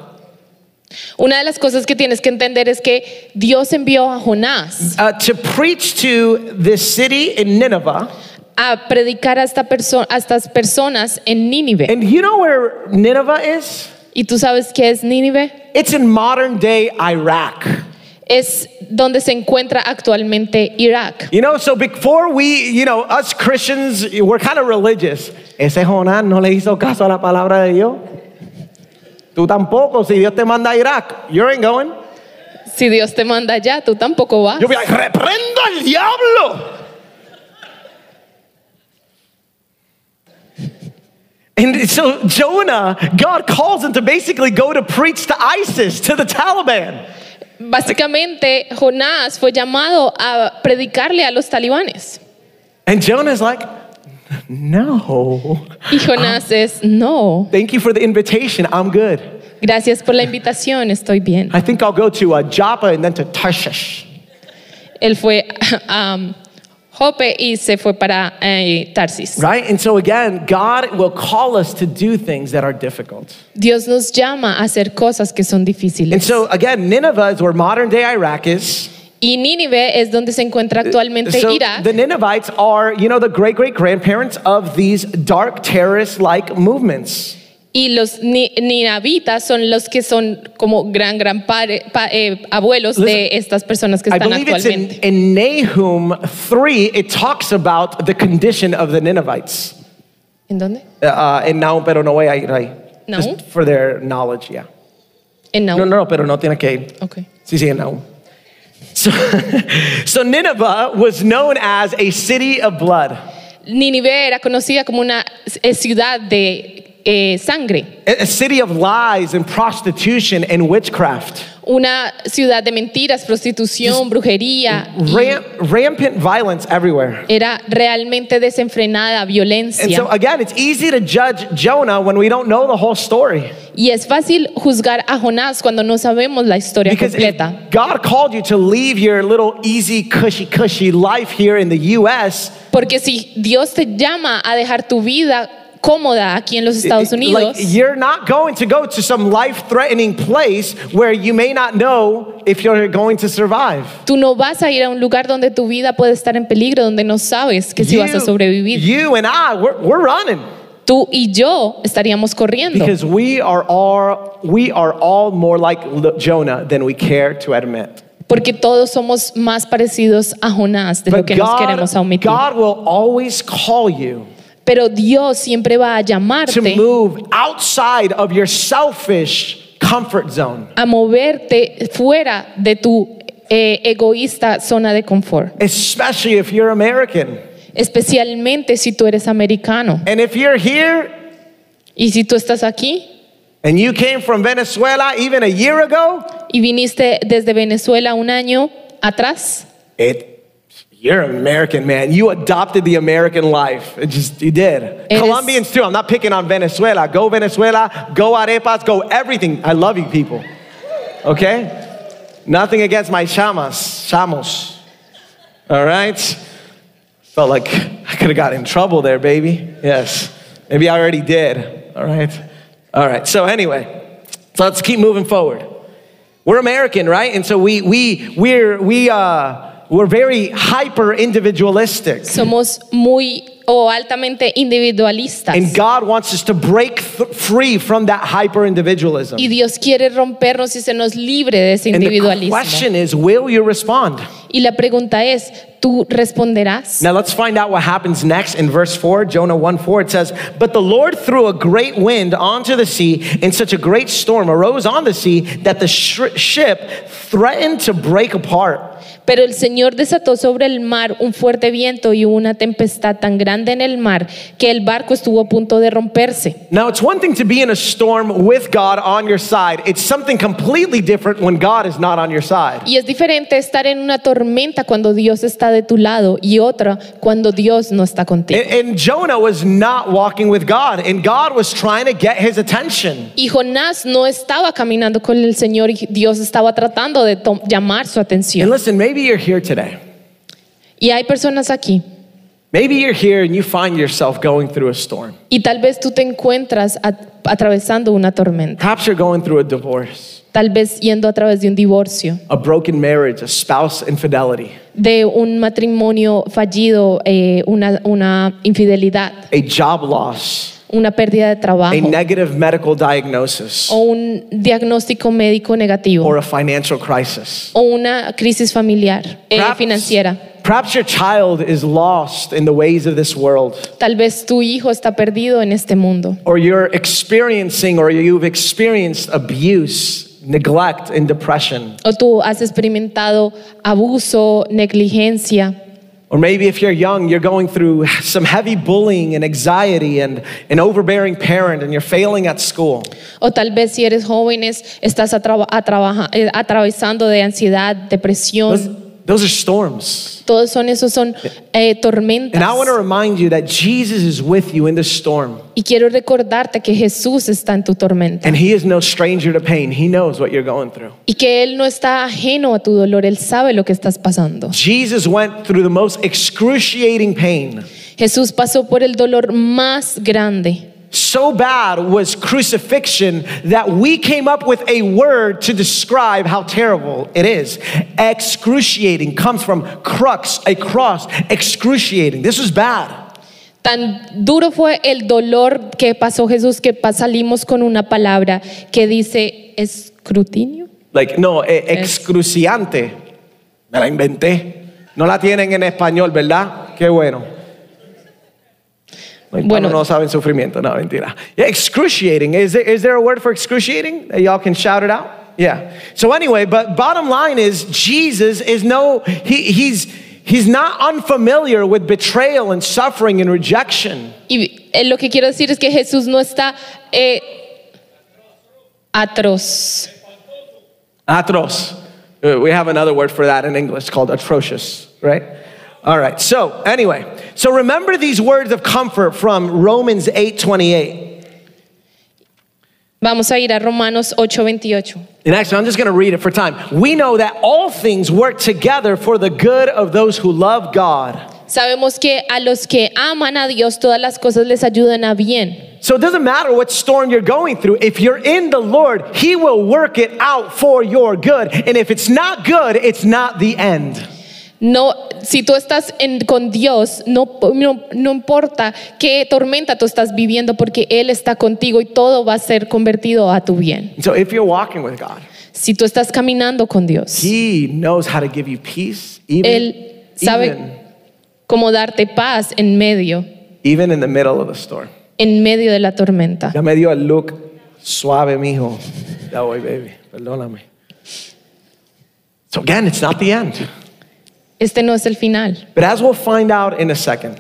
[SPEAKER 2] Una de las cosas que tienes que entender es que Dios envió a Jonás
[SPEAKER 1] uh, to preach to this city in Nineveh.
[SPEAKER 2] a predicar a, esta perso- a estas personas en Nínive.
[SPEAKER 1] And you know where Nineveh is?
[SPEAKER 2] ¿Y tú sabes qué es Nínive?
[SPEAKER 1] It's in modern day Iraq.
[SPEAKER 2] Es donde se encuentra actualmente Irak.
[SPEAKER 1] You know, so before we, you know, us Christians, we're kind of religious. Ese Jonás no le hizo caso a la palabra de Dios. Tú tampoco, si Dios te manda a Irak, you ain't going.
[SPEAKER 2] Si Dios te manda allá, tú tampoco vas.
[SPEAKER 1] You'll be like, reprendo al diablo. And so Jonah, God calls him to basically go to preach to ISIS, to the Taliban.
[SPEAKER 2] Básicamente, Jonás fue llamado a predicarle a los talibanes.
[SPEAKER 1] And Jonah's like, no.
[SPEAKER 2] Y Jonás es, no,
[SPEAKER 1] Thank you for the invitation. I'm good.
[SPEAKER 2] gracias por la invitación, estoy bien.
[SPEAKER 1] I think I'll go to uh, Joppa and then to Tarshish.
[SPEAKER 2] Él fue a um, Jope y se fue para eh, Tarsis.
[SPEAKER 1] Right? And so again, God will call us to do things that are difficult.
[SPEAKER 2] Dios nos llama a hacer cosas que son
[SPEAKER 1] And
[SPEAKER 2] difíciles.
[SPEAKER 1] so again, Nineveh is where modern day Iraq is.
[SPEAKER 2] Y Nínive es donde se encuentra actualmente
[SPEAKER 1] eh, So the
[SPEAKER 2] Irak.
[SPEAKER 1] Ninevites are, you know, the great great grandparents of these dark terrorist like movements.
[SPEAKER 2] Y los ni- ninavitas son los que son como gran, gran pare- pa- eh, abuelos de estas personas que
[SPEAKER 1] I
[SPEAKER 2] están
[SPEAKER 1] believe it's in,
[SPEAKER 2] actualmente.
[SPEAKER 1] in Nahum 3, it talks about the condition of the Ninevites.
[SPEAKER 2] ¿En dónde?
[SPEAKER 1] uh, and now pero no voy a ir ahí.
[SPEAKER 2] No?
[SPEAKER 1] Just for their knowledge, yeah.
[SPEAKER 2] En Nahum.
[SPEAKER 1] No, no, no, pero no tiene que ir.
[SPEAKER 2] Ok.
[SPEAKER 1] Sí, sí, en Nahum. So, so Nineveh was known as a city of blood.
[SPEAKER 2] Nínive era conocida como una eh, ciudad de eh, sangre,
[SPEAKER 1] A a city of lies and prostitution and witchcraft.
[SPEAKER 2] una ciudad de mentiras, prostitución, brujería. y
[SPEAKER 1] Ram- rampant violence everywhere.
[SPEAKER 2] Era realmente desenfrenada,
[SPEAKER 1] And
[SPEAKER 2] violencia.
[SPEAKER 1] so, uh, again, it's easy to judge Jonah when we don't know the whole story.
[SPEAKER 2] y es fácil juzgar a Jonás cuando no sabemos la historia
[SPEAKER 1] Because if
[SPEAKER 2] completa.
[SPEAKER 1] God called you to leave your little easy, cushy, cushy life here in the US,
[SPEAKER 2] Porque si Dios te llama a dejar tu vida cómoda aquí en los
[SPEAKER 1] like,
[SPEAKER 2] Estados Unidos,
[SPEAKER 1] you're not going to go to some life threatening place where you may not know if you're going to survive.
[SPEAKER 2] tú no vas a ir a un lugar donde tu vida puede estar en peligro, donde no sabes que si vas a sobrevivir.
[SPEAKER 1] you and I, we're, we're running
[SPEAKER 2] Tú y yo estaríamos corriendo.
[SPEAKER 1] because we are all we are all more like L- Jonah than we care to admit.
[SPEAKER 2] Porque todos somos más parecidos a Jonás de lo que nos queremos
[SPEAKER 1] God,
[SPEAKER 2] omitir.
[SPEAKER 1] God will always call you
[SPEAKER 2] Pero Dios siempre va a
[SPEAKER 1] to
[SPEAKER 2] llamarte
[SPEAKER 1] move outside of your selfish comfort zone.
[SPEAKER 2] a moverte fuera de tu eh, egoísta zona de confort,
[SPEAKER 1] especially if you're American.
[SPEAKER 2] especialmente si tú eres americano.
[SPEAKER 1] And if you're here
[SPEAKER 2] Y si tú estás aquí
[SPEAKER 1] and you came from Venezuela even a year ago,
[SPEAKER 2] y viniste desde Venezuela un año atrás,
[SPEAKER 1] it you're American, man. You adopted the American life. It just you did.
[SPEAKER 2] is-
[SPEAKER 1] Colombians too. I'm not picking on Venezuela. Go Venezuela, go arepas, go everything. I love you people. Okay? Nothing against my chamas, chamos. All right? Felt like I could have got in trouble there, baby. Yes. Maybe I already did. All right. All right. So anyway, so let's keep moving forward. We're American, right? And so we we we're we uh we're very hyper individualistic.
[SPEAKER 2] somos muy o altamente individualistas.
[SPEAKER 1] And God wants us to break th- free from that hyper individualism.
[SPEAKER 2] Y Dios quiere rompernos y se nos libre de ese
[SPEAKER 1] And the
[SPEAKER 2] individualismo.
[SPEAKER 1] question is, will you respond?
[SPEAKER 2] Y la pregunta es, ¿tú responderás?
[SPEAKER 1] Now let's find out what happens next in verse 4, Jonah 1 4. It says, But the Lord threw a great wind onto the sea, and such a great storm arose on the sea that the sh- ship threatened to break apart.
[SPEAKER 2] Pero el Señor desató sobre el mar un fuerte viento y hubo una tempestad tan grande en el mar que el barco estuvo a punto de romperse.
[SPEAKER 1] Now it's one thing to be in a storm with God on your side, it's something completely different when God is not on your side.
[SPEAKER 2] Y es diferente estar en una tormenta cuando Dios está de tu lado y otra cuando Dios no está contigo.
[SPEAKER 1] And- and Jonah was not walking with God, and God was trying to get his attention.
[SPEAKER 2] Y Jonás no estaba caminando con el Señor y Dios estaba tratando de to- llamar su
[SPEAKER 1] And
[SPEAKER 2] atención.
[SPEAKER 1] listen, maybe you're here today.
[SPEAKER 2] Y hay personas aquí
[SPEAKER 1] Maybe you're here and you find yourself going through a storm.
[SPEAKER 2] y tal vez tú te encuentras at- atravesando una tormenta,
[SPEAKER 1] Perhaps you're going through a divorce,
[SPEAKER 2] tal vez yendo a través de un divorcio,
[SPEAKER 1] a broken marriage, a spouse infidelity,
[SPEAKER 2] de un matrimonio fallido, eh, una, una infidelidad,
[SPEAKER 1] a job loss,
[SPEAKER 2] una pérdida de
[SPEAKER 1] a
[SPEAKER 2] trabajo
[SPEAKER 1] negative medical diagnosis,
[SPEAKER 2] o un diagnóstico médico negativo
[SPEAKER 1] or a financial crisis.
[SPEAKER 2] o una crisis familiar, eh, financiera.
[SPEAKER 1] perhaps your child is lost in the ways of this world,
[SPEAKER 2] Tal vez tu hijo está perdido en este mundo
[SPEAKER 1] or you're experiencing or you've experienced abuse, neglect, and depression.
[SPEAKER 2] o tú has experimentado abuso, negligencia.
[SPEAKER 1] Or maybe if you're young, you're going through some heavy bullying and anxiety and an overbearing parent and you're failing at school.
[SPEAKER 2] O tal vez si eres jóvenes, estás atrava- atravaja- eh, atravesando de ansiedad,
[SPEAKER 1] Those,
[SPEAKER 2] depresión.
[SPEAKER 1] those are storms.
[SPEAKER 2] Todos son esos son eh, tormentas.
[SPEAKER 1] And I want to remind you that Jesus is with you in the storm.
[SPEAKER 2] Y quiero recordarte que Jesús está en tu tormenta
[SPEAKER 1] And he is no stranger to pain. He knows what you're going through.
[SPEAKER 2] y que Él no está ajeno a tu dolor, Él sabe lo que estás pasando.
[SPEAKER 1] Jesus went through the most excruciating pain.
[SPEAKER 2] Jesús pasó por el dolor más grande.
[SPEAKER 1] So bad was crucifixion that we came up with a word to describe how terrible it is. Excruciating comes from crux, a cross, excruciating. This was bad.
[SPEAKER 2] Tan duro fue el dolor que pasó Jesús que pa- salimos con una palabra que dice escrutinio.
[SPEAKER 1] Like, no, eh, excruciante. Me la inventé. No la tienen en español, ¿verdad? Qué bueno. Los
[SPEAKER 2] Bueno.
[SPEAKER 1] hispanos no saben sufrimiento, no, mentira. Yeah, excruciating. Is there, is there a word for excruciating that y'all can shout it out? Yeah. So anyway, but bottom line is Jesus is no he, he's he's not unfamiliar with betrayal and suffering and rejection.
[SPEAKER 2] Y eh, lo que quiero decir es que Jesús no está eh, atroz.
[SPEAKER 1] Atros. Uh, We have another word for that in English called atrocious, right? All right. So, anyway, so remember these words of comfort from Romans 8:28.
[SPEAKER 2] Vamos a ir a Romanos 8:28.
[SPEAKER 1] And actually, I'm just going to read it for time. We know that all things work together for the good of those who love God.
[SPEAKER 2] Sabemos que a los que aman a Dios todas las cosas les ayudan a bien.
[SPEAKER 1] So it doesn't matter what storm you're going through. If you're in the Lord, He will work it out for your good. And if it's not good, it's not the end.
[SPEAKER 2] No, si tú estás en- con Dios, no, no, no importa qué tormenta tú estás viviendo porque Él está contigo y todo va a ser convertido a tu bien.
[SPEAKER 1] And so if you're walking with God,
[SPEAKER 2] Si tú estás caminando con Dios,
[SPEAKER 1] He knows how to give you peace, even,
[SPEAKER 2] Él sabe-
[SPEAKER 1] even,
[SPEAKER 2] como darte paz en medio,
[SPEAKER 1] even in the middle of the storm.
[SPEAKER 2] en medio de la tormenta.
[SPEAKER 1] Ya me dio el look suave, mijo. Ya voy, baby. Perdóname. So again, it's not the end.
[SPEAKER 2] Este no es el final,
[SPEAKER 1] But as we'll find out in a second,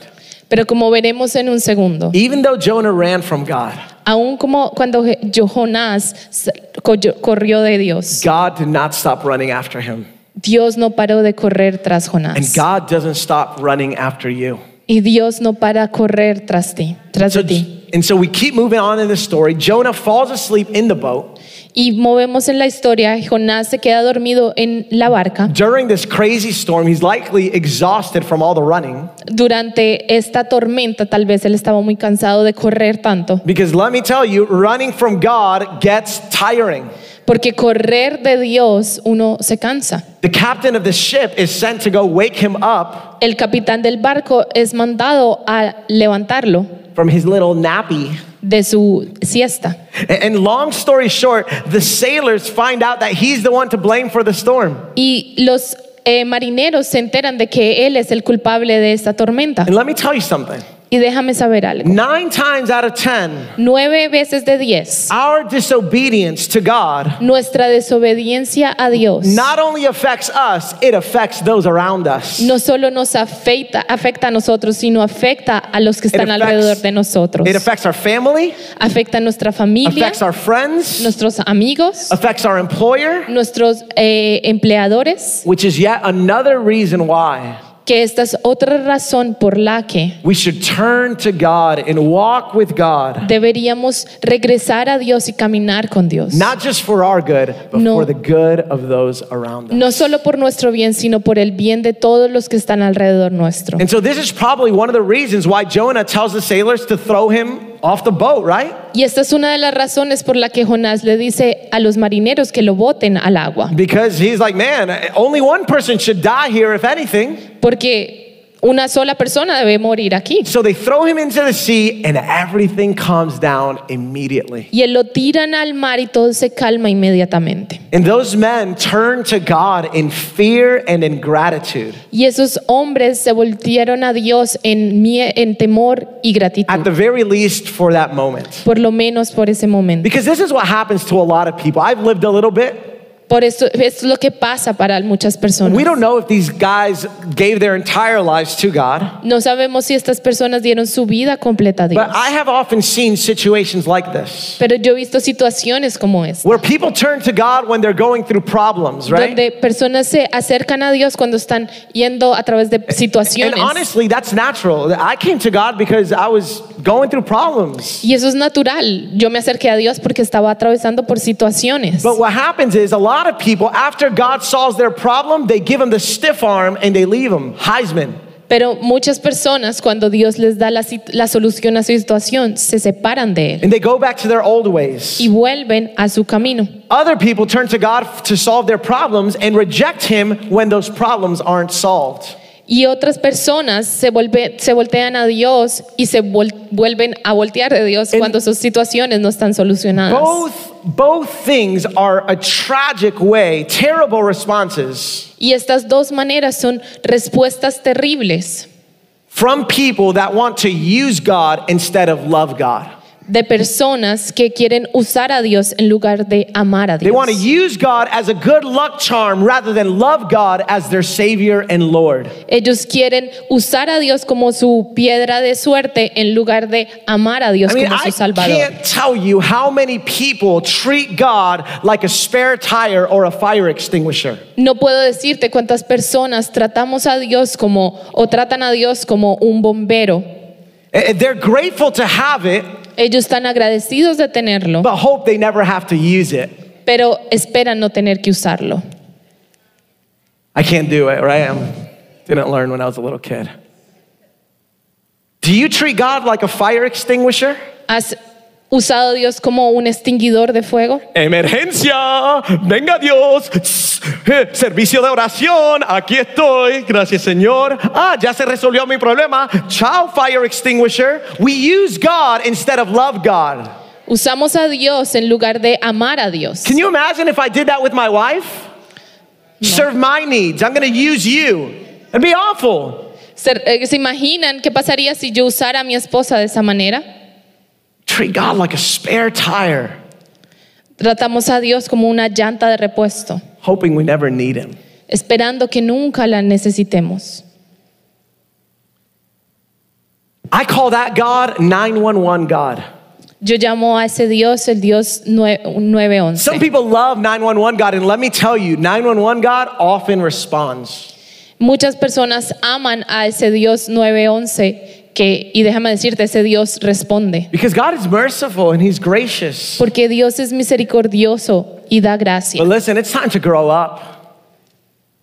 [SPEAKER 2] pero como veremos en un segundo,
[SPEAKER 1] even though Jonah ran from God,
[SPEAKER 2] aún como cuando Je- Jonás s- co- corrió de Dios,
[SPEAKER 1] God did not stop running after him.
[SPEAKER 2] Dios no paró de correr tras
[SPEAKER 1] And
[SPEAKER 2] Jonás.
[SPEAKER 1] God doesn't stop running after you.
[SPEAKER 2] Y Dios no para de correr tras ti, tras
[SPEAKER 1] So,
[SPEAKER 2] de ti.
[SPEAKER 1] and so we keep moving on in the story. Jonah falls asleep in the boat
[SPEAKER 2] Y movemos en la historia, Jonás se queda dormido en la barca
[SPEAKER 1] during this crazy storm. He's likely exhausted from all the running
[SPEAKER 2] durante esta tormenta, tal vez él estaba muy cansado de correr tanto,
[SPEAKER 1] because let me tell you, running from God gets tiring.
[SPEAKER 2] porque correr de Dios uno se cansa.
[SPEAKER 1] The captain of the ship is sent to go wake him up
[SPEAKER 2] El capitán del barco es mandado a levantarlo
[SPEAKER 1] from his little nappy.
[SPEAKER 2] de su siesta.
[SPEAKER 1] And- And long story short, the sailors find out that he's the one to blame for the storm.
[SPEAKER 2] Y los eh, marineros se enteran de que él es el culpable de esta tormenta.
[SPEAKER 1] And let me tell you something
[SPEAKER 2] Y déjame saber algo.
[SPEAKER 1] nine times out of 10,
[SPEAKER 2] Nueve veces de diez,
[SPEAKER 1] our disobedience to God
[SPEAKER 2] nuestra desobediencia a Dios
[SPEAKER 1] not only affects us, it affects those around us.
[SPEAKER 2] no solo nos afecta, afecta a nosotros, sino afecta a los que
[SPEAKER 1] It
[SPEAKER 2] están
[SPEAKER 1] affects-
[SPEAKER 2] alrededor de nosotros.
[SPEAKER 1] It affects our family,
[SPEAKER 2] Afecta a nuestra familia,
[SPEAKER 1] affects our friends,
[SPEAKER 2] nuestros amigos,
[SPEAKER 1] affects our employer,
[SPEAKER 2] nuestros eh, empleadores,
[SPEAKER 1] which is yet another reason why
[SPEAKER 2] que esta es otra razón por la que
[SPEAKER 1] we should turn to God and walk with God,
[SPEAKER 2] deberíamos regresar a Dios y caminar con Dios.
[SPEAKER 1] not just for our good, but
[SPEAKER 2] No.
[SPEAKER 1] for the good of those around us.
[SPEAKER 2] No solo por nuestro bien, sino por el bien de todos los que están alrededor nuestro.
[SPEAKER 1] And so, this is probably one of the reasons why Jonah tells the sailors to throw him off the boat, right?
[SPEAKER 2] Y esta es una de las razones por la que Jonás le dice a los marineros que lo boten al agua.
[SPEAKER 1] Because he's like, man, only one person should die here, if anything.
[SPEAKER 2] Porque una sola persona debe morir aquí.
[SPEAKER 1] So they throw him into the sea and everything calms down immediately.
[SPEAKER 2] Y él lo tiran al mar y todo se calma inmediatamente.
[SPEAKER 1] And those men turn to God in fear and in gratitude.
[SPEAKER 2] Y esos hombres se voltearon a Dios en, mie- en temor y
[SPEAKER 1] At
[SPEAKER 2] gratitud,
[SPEAKER 1] the very least for that moment.
[SPEAKER 2] por lo menos por ese momento.
[SPEAKER 1] Because this is what happens to a lot of people. I've lived a little bit.
[SPEAKER 2] Por esto, esto es lo que pasa para muchas
[SPEAKER 1] We
[SPEAKER 2] personas.
[SPEAKER 1] don't know if these guys gave their entire lives to God,
[SPEAKER 2] No sabemos si estas personas dieron su vida completa a Dios.
[SPEAKER 1] but I have often seen situations like this
[SPEAKER 2] Pero yo he visto situaciones como esta,
[SPEAKER 1] where people turn to God when they're going through problems, right?
[SPEAKER 2] donde personas se acercan a Dios cuando están yendo a través de
[SPEAKER 1] Eh, And
[SPEAKER 2] situaciones.
[SPEAKER 1] honestly, that's natural. I came to God because I was going through problems.
[SPEAKER 2] Y eso es natural. Yo me acerqué a Dios porque estaba atravesando por situaciones.
[SPEAKER 1] But what happens is a lot of people, after God solves their problem, they give him the stiff arm and they leave him. Heisman.
[SPEAKER 2] Pero muchas personas cuando Dios les da la, sit- la solución a su situación, se separan de Él
[SPEAKER 1] And they go back to their old
[SPEAKER 2] y
[SPEAKER 1] ways.
[SPEAKER 2] vuelven a su camino.
[SPEAKER 1] Other people turn to God f- to solve their problems and reject him when those problems aren't solved.
[SPEAKER 2] Y otras personas se, volve- se voltean a Dios y se vol- vuelven a voltear de Dios
[SPEAKER 1] En-
[SPEAKER 2] cuando sus situaciones no están solucionadas.
[SPEAKER 1] Both, both things are a tragic way, terrible responses
[SPEAKER 2] Y estas dos maneras son respuestas terribles
[SPEAKER 1] from people that want to use God instead of love God.
[SPEAKER 2] de personas que quieren usar a Dios en lugar de amar a
[SPEAKER 1] They want to
[SPEAKER 2] Dios.
[SPEAKER 1] use God as a good luck charm rather than love God as their Savior and Lord.
[SPEAKER 2] Ellos quieren usar a Dios como su piedra de suerte en lugar de amar a Dios
[SPEAKER 1] I mean,
[SPEAKER 2] como
[SPEAKER 1] I
[SPEAKER 2] su Salvador.
[SPEAKER 1] can't tell you how many people treat God like a spare tire or a fire extinguisher.
[SPEAKER 2] No puedo decirte cuántas personas tratamos a Dios como o tratan a Dios como un bombero.
[SPEAKER 1] Eh, eh, They're grateful to have it,
[SPEAKER 2] Ellos están agradecidos de tenerlo,
[SPEAKER 1] but hope they never have to use it.
[SPEAKER 2] pero esperan no tener que usarlo.
[SPEAKER 1] I can't do it, right? I didn't learn when I was a little kid. Do you treat God like a fire extinguisher?
[SPEAKER 2] ¿Has usado a Dios como un extinguidor de fuego?
[SPEAKER 1] Emergencia, venga Dios, Tss, eh, servicio de oración, aquí estoy, gracias Señor. Ah, ya se resolvió mi problema. Chao, fire extinguisher. We use God instead of love God.
[SPEAKER 2] Usamos a Dios en lugar de amar a Dios.
[SPEAKER 1] Can you imagine if I did that with my wife? Serve my needs, I'm gonna use you. It'd be awful.
[SPEAKER 2] Ser- eh, ¿Se imaginan qué pasaría si yo usara a mi esposa de esa manera?
[SPEAKER 1] Treat God like a spare tire,
[SPEAKER 2] Tratamos a Dios como una llanta de repuesto,
[SPEAKER 1] hoping we never need Him.
[SPEAKER 2] esperando que nunca la necesitemos.
[SPEAKER 1] I call that God 911 God.
[SPEAKER 2] Yo llamo a ese Dios el Dios nue-
[SPEAKER 1] Some
[SPEAKER 2] 911.
[SPEAKER 1] people love 911 God, and let me tell you, 911 God often responds.
[SPEAKER 2] Muchas personas aman a ese Dios 911 que, y déjame decirte, ese Dios responde.
[SPEAKER 1] Because God is merciful and He's gracious.
[SPEAKER 2] Porque Dios es misericordioso y da gracia.
[SPEAKER 1] But listen, it's time to grow up.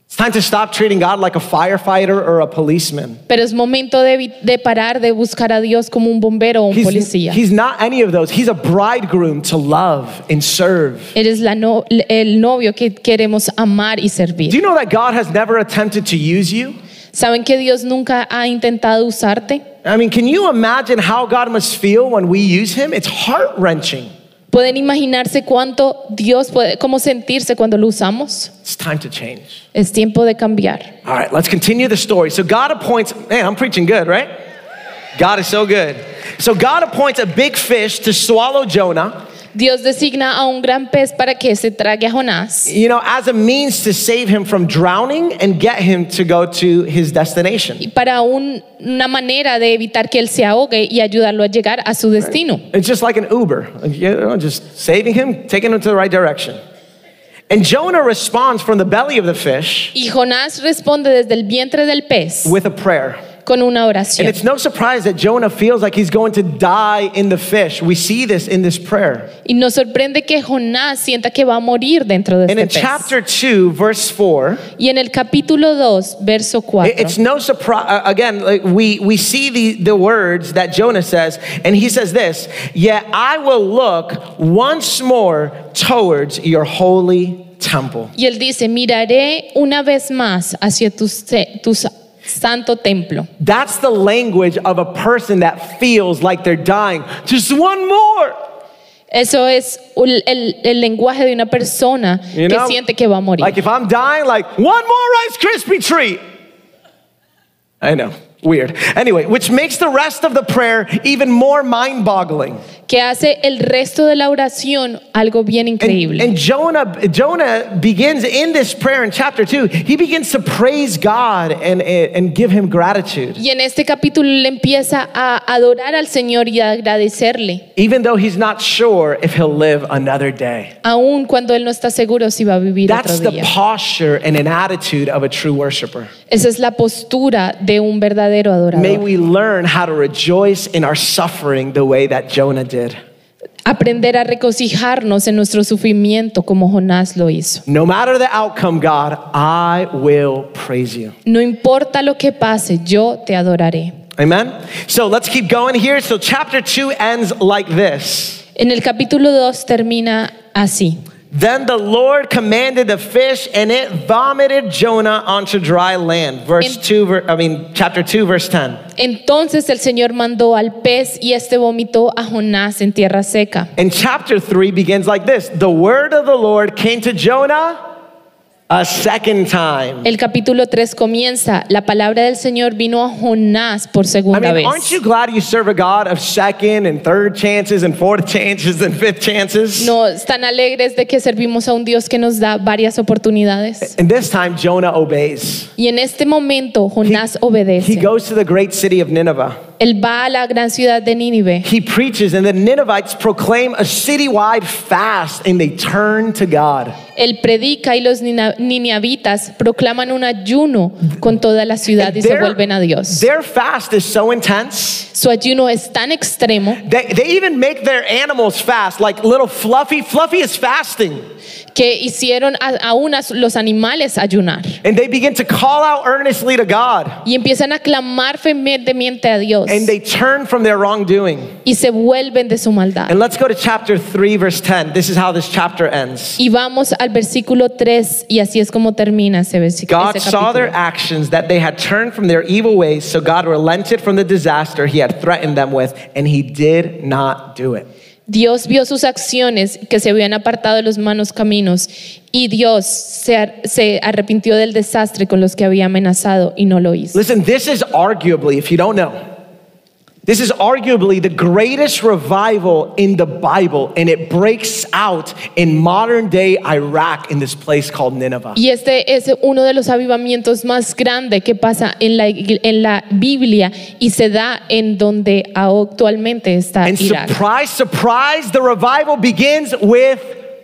[SPEAKER 1] It's time to stop treating God like a firefighter or a policeman.
[SPEAKER 2] Pero es momento de, vi- de parar de buscar a Dios como un bombero o un
[SPEAKER 1] He's,
[SPEAKER 2] policía.
[SPEAKER 1] he's not any of those. He's a bridegroom to love and serve.
[SPEAKER 2] Eres la no- el novio que queremos amar y
[SPEAKER 1] Do
[SPEAKER 2] servir.
[SPEAKER 1] you know that God has never attempted to use you?
[SPEAKER 2] ¿Saben que Dios nunca ha intentado usarte?
[SPEAKER 1] I mean, can you imagine how God must feel when we use Him? It's heart wrenching.
[SPEAKER 2] ¿Pueden imaginarse cuánto Dios puede, cómo sentirse cuando lo usamos?
[SPEAKER 1] It's time to change.
[SPEAKER 2] Es tiempo de cambiar.
[SPEAKER 1] All right, let's continue the story. So God appoints, man, I'm preaching good, right? God is so good. So God appoints a big fish to swallow Jonah,
[SPEAKER 2] Dios designa a un gran pez para que se trague a Jonás
[SPEAKER 1] you know, as a means to save him from drowning and get him to go to his destination.
[SPEAKER 2] y para un- una manera de evitar que él se ahogue y ayudarlo a llegar a su destino.
[SPEAKER 1] It's just like an Uber, like, you know, just saving him, taking him to the right direction. And Jonah responds from the belly of the fish
[SPEAKER 2] Y Jonás responde desde el vientre del pez
[SPEAKER 1] with a prayer.
[SPEAKER 2] con una
[SPEAKER 1] And
[SPEAKER 2] oración.
[SPEAKER 1] it's no surprise that Jonah feels like he's going to die in the fish. We see this in this prayer.
[SPEAKER 2] Y nos sorprende que Jonás sienta que va a morir dentro de
[SPEAKER 1] And
[SPEAKER 2] este
[SPEAKER 1] in
[SPEAKER 2] pez.
[SPEAKER 1] chapter 2, verse 4,
[SPEAKER 2] Y en el capítulo 2, verso 4,
[SPEAKER 1] It- It's no surprise. Again, like we, we see the, the words that Jonah says, and he says this Yet I will look once more towards your holy temple.
[SPEAKER 2] y él dice, miraré una vez más hacia tu, se- tu sa- santo templo.
[SPEAKER 1] That's the language of a person that feels like they're dying. Just one more.
[SPEAKER 2] Eso es el, el- el lenguaje de una persona
[SPEAKER 1] You
[SPEAKER 2] que
[SPEAKER 1] know?
[SPEAKER 2] siente que va a morir.
[SPEAKER 1] Like if I'm dying, like one more Rice Krispie treat. I know. Weird. Anyway, which makes the rest of the prayer even more mind boggling.
[SPEAKER 2] que hace el resto de la oración algo bien
[SPEAKER 1] And,
[SPEAKER 2] increíble.
[SPEAKER 1] and Jonah, Jonah begins in this prayer in chapter two. He begins to praise God and, and, and give him gratitude,
[SPEAKER 2] y en este capítulo él empieza a adorar al Señor y a agradecerle,
[SPEAKER 1] even though he's not sure if he'll live another day.
[SPEAKER 2] aun cuando él no está seguro si va a vivir
[SPEAKER 1] That's
[SPEAKER 2] otro
[SPEAKER 1] the
[SPEAKER 2] día.
[SPEAKER 1] posture and an attitude of a true worshiper.
[SPEAKER 2] Esa es la postura de un verdadero
[SPEAKER 1] May
[SPEAKER 2] adorador.
[SPEAKER 1] we learn how to rejoice in our suffering the way that Jonah did.
[SPEAKER 2] Aprender a regocijarnos en nuestro sufrimiento como Jonás lo hizo.
[SPEAKER 1] No matter the outcome, God, I will praise you.
[SPEAKER 2] No importa lo que pase, yo te adoraré.
[SPEAKER 1] Amen. So let's keep going here. So chapter two ends like this.
[SPEAKER 2] En el capítulo 2 termina así.
[SPEAKER 1] Then the Lord commanded the fish, and it vomited Jonah onto dry land. Verse
[SPEAKER 2] In-
[SPEAKER 1] two, ver, I mean, chapter two, verse ten.
[SPEAKER 2] Entonces el Señor mandó al pez y este vomitó a Jonás en tierra seca.
[SPEAKER 1] And chapter three begins like this: The word of the Lord came to Jonah a second time.
[SPEAKER 2] El capítulo 3 comienza, la palabra del Señor vino a Jonás por
[SPEAKER 1] I
[SPEAKER 2] segunda
[SPEAKER 1] mean, aren't
[SPEAKER 2] vez.
[SPEAKER 1] you glad you serve a God of second and third chances and fourth chances and fifth chances?
[SPEAKER 2] No están alegres de que servimos a un Dios que nos da varias oportunidades.
[SPEAKER 1] And this time Jonah obeys.
[SPEAKER 2] Y en este momento Jonás
[SPEAKER 1] He
[SPEAKER 2] obedece.
[SPEAKER 1] goes to the great city of Nineveh.
[SPEAKER 2] Él va a la gran ciudad de Nínive
[SPEAKER 1] He preaches, and the Ninevites proclaim a citywide fast and they turn to God.
[SPEAKER 2] Él predica y los nina- niniavitas proclaman un ayuno con toda la ciudad y se vuelven a Dios.
[SPEAKER 1] their fast is so intense.
[SPEAKER 2] Su ayuno es tan extremo
[SPEAKER 1] They, they even make their animals fast, like little Fluffy. Fluffy is fasting.
[SPEAKER 2] que hicieron a, a unas- los animales ayunar
[SPEAKER 1] And they begin to call out earnestly to God.
[SPEAKER 2] y empiezan a clamar vehementemente a Dios
[SPEAKER 1] And they turn from their wrongdoing.
[SPEAKER 2] y se vuelven de su maldad.
[SPEAKER 1] And let's go to chapter 3, verse 10. This is how this chapter ends.
[SPEAKER 2] Y vamos al versículo 3 y así es como termina ese versículo.
[SPEAKER 1] God saw their actions that they had turned from their evil ways, so God relented from the disaster he had threatened them with, and he did not do it.
[SPEAKER 2] Dios vio sus acciones que se habían apartado de los malos caminos y Dios se, ar- se arrepintió del desastre con los que había amenazado y no lo hizo.
[SPEAKER 1] Listen, this is arguably, if you don't know, this is arguably the greatest revival in the Bible, and it breaks out in modern day Iraq in this place called Nineveh.
[SPEAKER 2] Y este es uno de los avivamientos más grandes que pasa en la, igle- en la Biblia y se da en donde actualmente está
[SPEAKER 1] And
[SPEAKER 2] Irak.
[SPEAKER 1] surprise, surprise, the revival begins with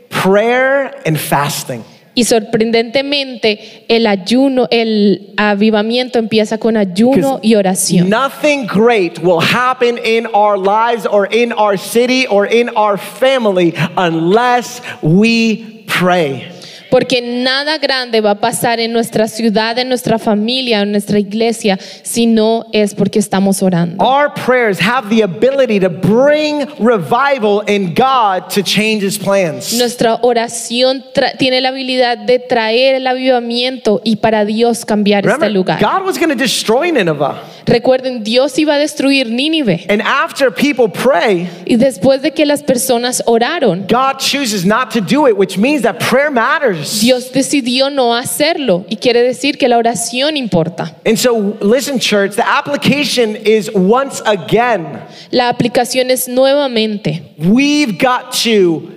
[SPEAKER 1] prayer and fasting.
[SPEAKER 2] Y sorprendentemente el ayuno, el avivamiento empieza con ayuno y oración.
[SPEAKER 1] Nothing great will happen in our lives or in our city or in our family unless we pray.
[SPEAKER 2] Porque nada grande va a pasar en nuestra ciudad, en nuestra familia, en nuestra iglesia, si no es porque estamos orando.
[SPEAKER 1] Our prayers have the ability to bring revival in God to change his plans.
[SPEAKER 2] Nuestra oración tra- tiene la habilidad de traer el avivamiento y para Dios cambiar este
[SPEAKER 1] Remember,
[SPEAKER 2] lugar.
[SPEAKER 1] God was going to destroy Nineveh.
[SPEAKER 2] Recuerden, Dios iba a destruir Nínive.
[SPEAKER 1] And after people pray,
[SPEAKER 2] Y después de que las personas oraron,
[SPEAKER 1] God chooses not to do it, which means that prayer matters.
[SPEAKER 2] Dios decidió no hacerlo. Y quiere decir que la oración importa.
[SPEAKER 1] And so, listen, church, the application is once again,
[SPEAKER 2] La aplicación es nuevamente.
[SPEAKER 1] we've got to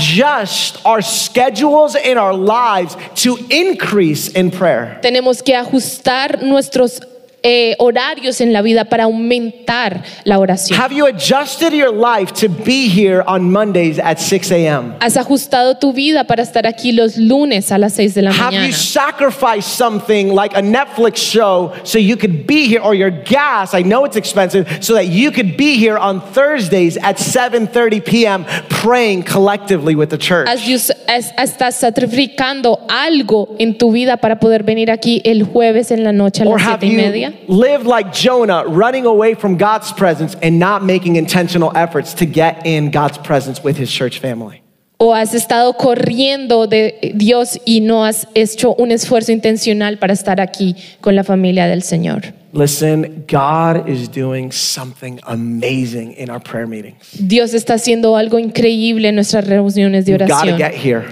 [SPEAKER 1] adjust our schedules and our lives to increase in prayer.
[SPEAKER 2] Tenemos que ajustar nuestros eh, horarios en la vida para aumentar la oración.
[SPEAKER 1] Have you adjusted your life to be here on Mondays at 6 a.m.?
[SPEAKER 2] Has ajustado tu vida para estar aquí los lunes a las 6 de la
[SPEAKER 1] Have you
[SPEAKER 2] mañana.
[SPEAKER 1] sacrificed something like a Netflix show so you could be here or your gas, I know it's expensive, so that you could be here on Thursdays at 7:30 p.m. praying collectively with the church?
[SPEAKER 2] Has you- has- estás sacrificando algo en tu vida para poder venir aquí el jueves en la noche a
[SPEAKER 1] Or
[SPEAKER 2] las
[SPEAKER 1] have
[SPEAKER 2] 7 y
[SPEAKER 1] you
[SPEAKER 2] media.
[SPEAKER 1] lived like Jonah, running away from God's presence and not making intentional efforts to get in God's presence with his church family?
[SPEAKER 2] O has estado corriendo de Dios y no has hecho un esfuerzo intencional para estar aquí con la familia del Señor.
[SPEAKER 1] Listen, God is doing something amazing in our prayer meetings.
[SPEAKER 2] Dios está haciendo algo increíble en nuestras reuniones de
[SPEAKER 1] You've got to
[SPEAKER 2] oración.
[SPEAKER 1] get here.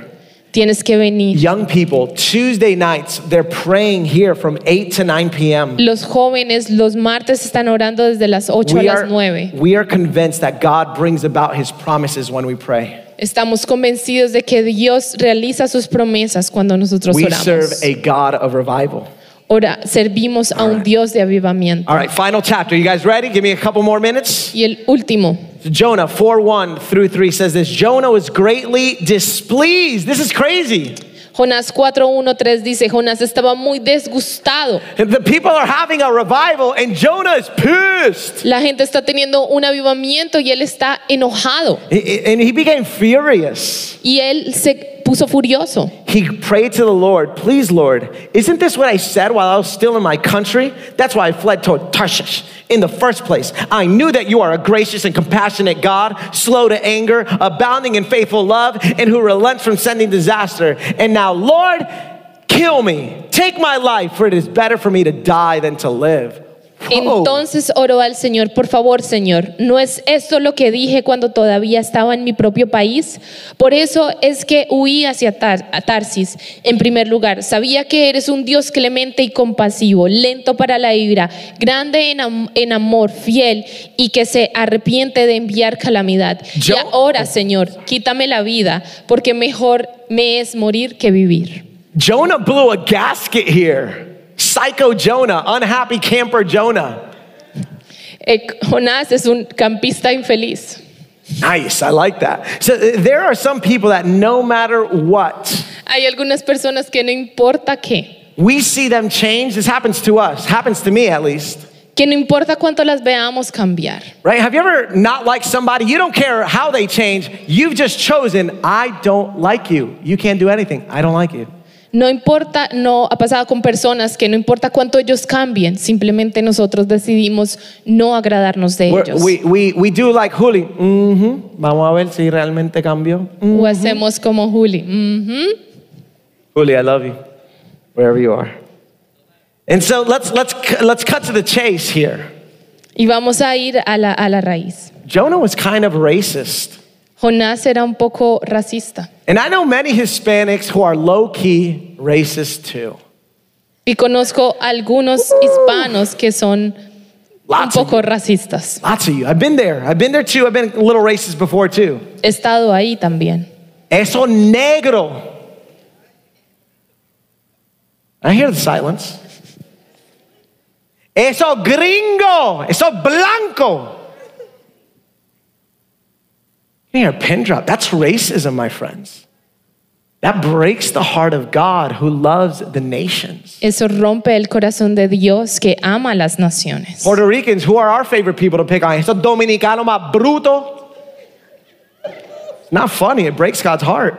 [SPEAKER 2] Tienes que venir.
[SPEAKER 1] Young people, Tuesday nights, they're praying here from 8 to 9 p.m.
[SPEAKER 2] Los jóvenes los martes están orando desde las 8 a
[SPEAKER 1] We
[SPEAKER 2] las
[SPEAKER 1] are,
[SPEAKER 2] 9.
[SPEAKER 1] we are convinced that God brings about his promises when we pray.
[SPEAKER 2] Estamos convencidos de que Dios realiza sus promesas cuando nosotros
[SPEAKER 1] We serve
[SPEAKER 2] oramos.
[SPEAKER 1] a God of revival.
[SPEAKER 2] Ora- servimos a un Dios de avivamiento.
[SPEAKER 1] All right, final chapter. You guys ready? Give me a couple more minutes.
[SPEAKER 2] Y el último,
[SPEAKER 1] Jonah 4 1 through 3 says this Jonah was greatly displeased. This is crazy.
[SPEAKER 2] Jonás 4.1.3 dice, Jonás estaba muy disgustado.
[SPEAKER 1] The people are having a revival and Jonah is pissed.
[SPEAKER 2] La gente está teniendo un avivamiento y él está enojado.
[SPEAKER 1] He- And he became furious.
[SPEAKER 2] Y él se puso furioso.
[SPEAKER 1] He prayed to the Lord, Please, Lord, isn't this what I said while I was still in my country? That's why I fled toward Tarshish in the first place. I knew that you are a gracious and compassionate God, slow to anger, abounding in faithful love, and who relents from sending disaster. And now, Lord, kill me. Take my life, for it is better for me to die than to live.
[SPEAKER 2] Entonces oró al Señor, por favor Señor, ¿no es esto lo que dije cuando todavía estaba en mi propio país? Por eso es que huí hacia Tar- a Tarsis. En primer lugar, sabía que eres un Dios clemente y compasivo, lento para la ira, grande en, am- en amor, fiel y que se arrepiente de enviar calamidad.
[SPEAKER 1] Yo-
[SPEAKER 2] Y ahora Señor, quítame la vida, porque mejor me es morir que vivir.
[SPEAKER 1] Jonah blew a gasket here. Psycho Jonah, unhappy camper Jonah.
[SPEAKER 2] Eh, Jonás es un campista infeliz.
[SPEAKER 1] Nice, I like that. So uh, there are some people that no matter what,
[SPEAKER 2] Hay algunas personas que no importa qué,
[SPEAKER 1] we see them change. This happens to us, happens to me at least.
[SPEAKER 2] que no importa cuánto las veamos cambiar.
[SPEAKER 1] Right? Have you ever not liked somebody? You don't care how they change. You've just chosen, I don't like you. You can't do anything. I don't like you.
[SPEAKER 2] No importa, no ha pasado con personas que no importa cuánto ellos cambien, simplemente nosotros decidimos no agradarnos de
[SPEAKER 1] We're-
[SPEAKER 2] ellos.
[SPEAKER 1] We, we, we do like Juli. "Ujú, Vamos a ver si realmente cambió.
[SPEAKER 2] O hacemos como Juli. "Mm-hmm", "Ujú".
[SPEAKER 1] Juli, I love you, wherever you are. And so let's, let's, cu- let's cut to the chase here.
[SPEAKER 2] Y vamos a ir a la, a la raíz.
[SPEAKER 1] Jonah was kind of racist.
[SPEAKER 2] Jonás era un poco racista.
[SPEAKER 1] And I know many Hispanics who are low key racist too.
[SPEAKER 2] Y conozco algunos hispanos que son un
[SPEAKER 1] Lots of,
[SPEAKER 2] poco racistas.
[SPEAKER 1] lots of you. I've been there. I've been there too. I've been a little racist before too.
[SPEAKER 2] He estado ahí también.
[SPEAKER 1] Eso negro. I hear the silence. Eso gringo. Eso blanco. You hear a pin drop. That's racism, my friends. That breaks the heart of God who loves the nations.
[SPEAKER 2] Eso rompe el corazón de Dios que ama a las naciones.
[SPEAKER 1] Puerto Ricans, who are our favorite people to pick on? Eso dominicano más bruto. Not funny, it breaks God's heart.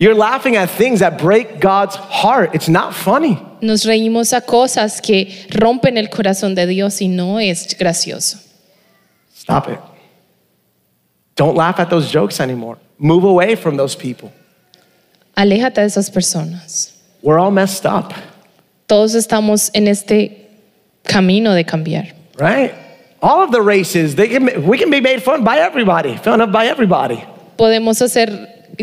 [SPEAKER 1] You're laughing at things that break God's heart. It's not funny.
[SPEAKER 2] Nos reímos a cosas que rompen el corazón de Dios y no es gracioso.
[SPEAKER 1] Stop it. Don't laugh at those jokes anymore. Move away from those people.
[SPEAKER 2] Aléjate de esas personas.
[SPEAKER 1] We're all messed up,
[SPEAKER 2] Todos estamos en este camino de cambiar.
[SPEAKER 1] right? All of the races, they can, we can be made fun by everybody, fun of by everybody.
[SPEAKER 2] Podemos hacer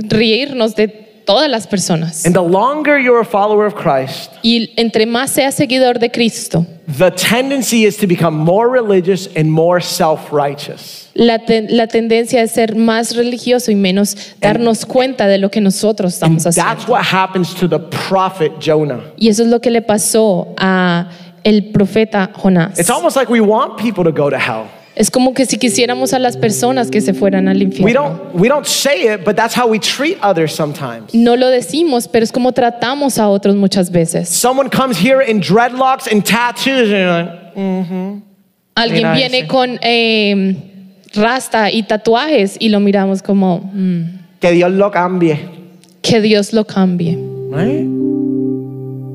[SPEAKER 2] reírnos de todas las personas.
[SPEAKER 1] And the longer you're a follower of Christ,
[SPEAKER 2] Y entre más seas seguidor de Cristo,
[SPEAKER 1] The tendency is to become more religious and more self righteous.
[SPEAKER 2] la, ten- la tendencia es ser más religioso y menos darnos cuenta de lo que nosotros estamos haciendo.
[SPEAKER 1] That's what happens to the prophet Jonah.
[SPEAKER 2] Y eso es lo que le pasó a el profeta Jonás.
[SPEAKER 1] It's almost like we want people to go to hell.
[SPEAKER 2] Es como que si quisiéramos a las personas que se fueran al
[SPEAKER 1] We
[SPEAKER 2] infierno.
[SPEAKER 1] don't, we don't say it, but that's how we treat others sometimes.
[SPEAKER 2] No lo decimos, pero es como tratamos a otros muchas veces.
[SPEAKER 1] Someone comes here in dreadlocks and tattoos, and you're like,
[SPEAKER 2] Alguien
[SPEAKER 1] Mira
[SPEAKER 2] viene
[SPEAKER 1] ese.
[SPEAKER 2] con eh, rasta y tatuajes y lo miramos como "Mm,
[SPEAKER 1] que Dios lo cambie.
[SPEAKER 2] que Dios lo cambie.
[SPEAKER 1] Right?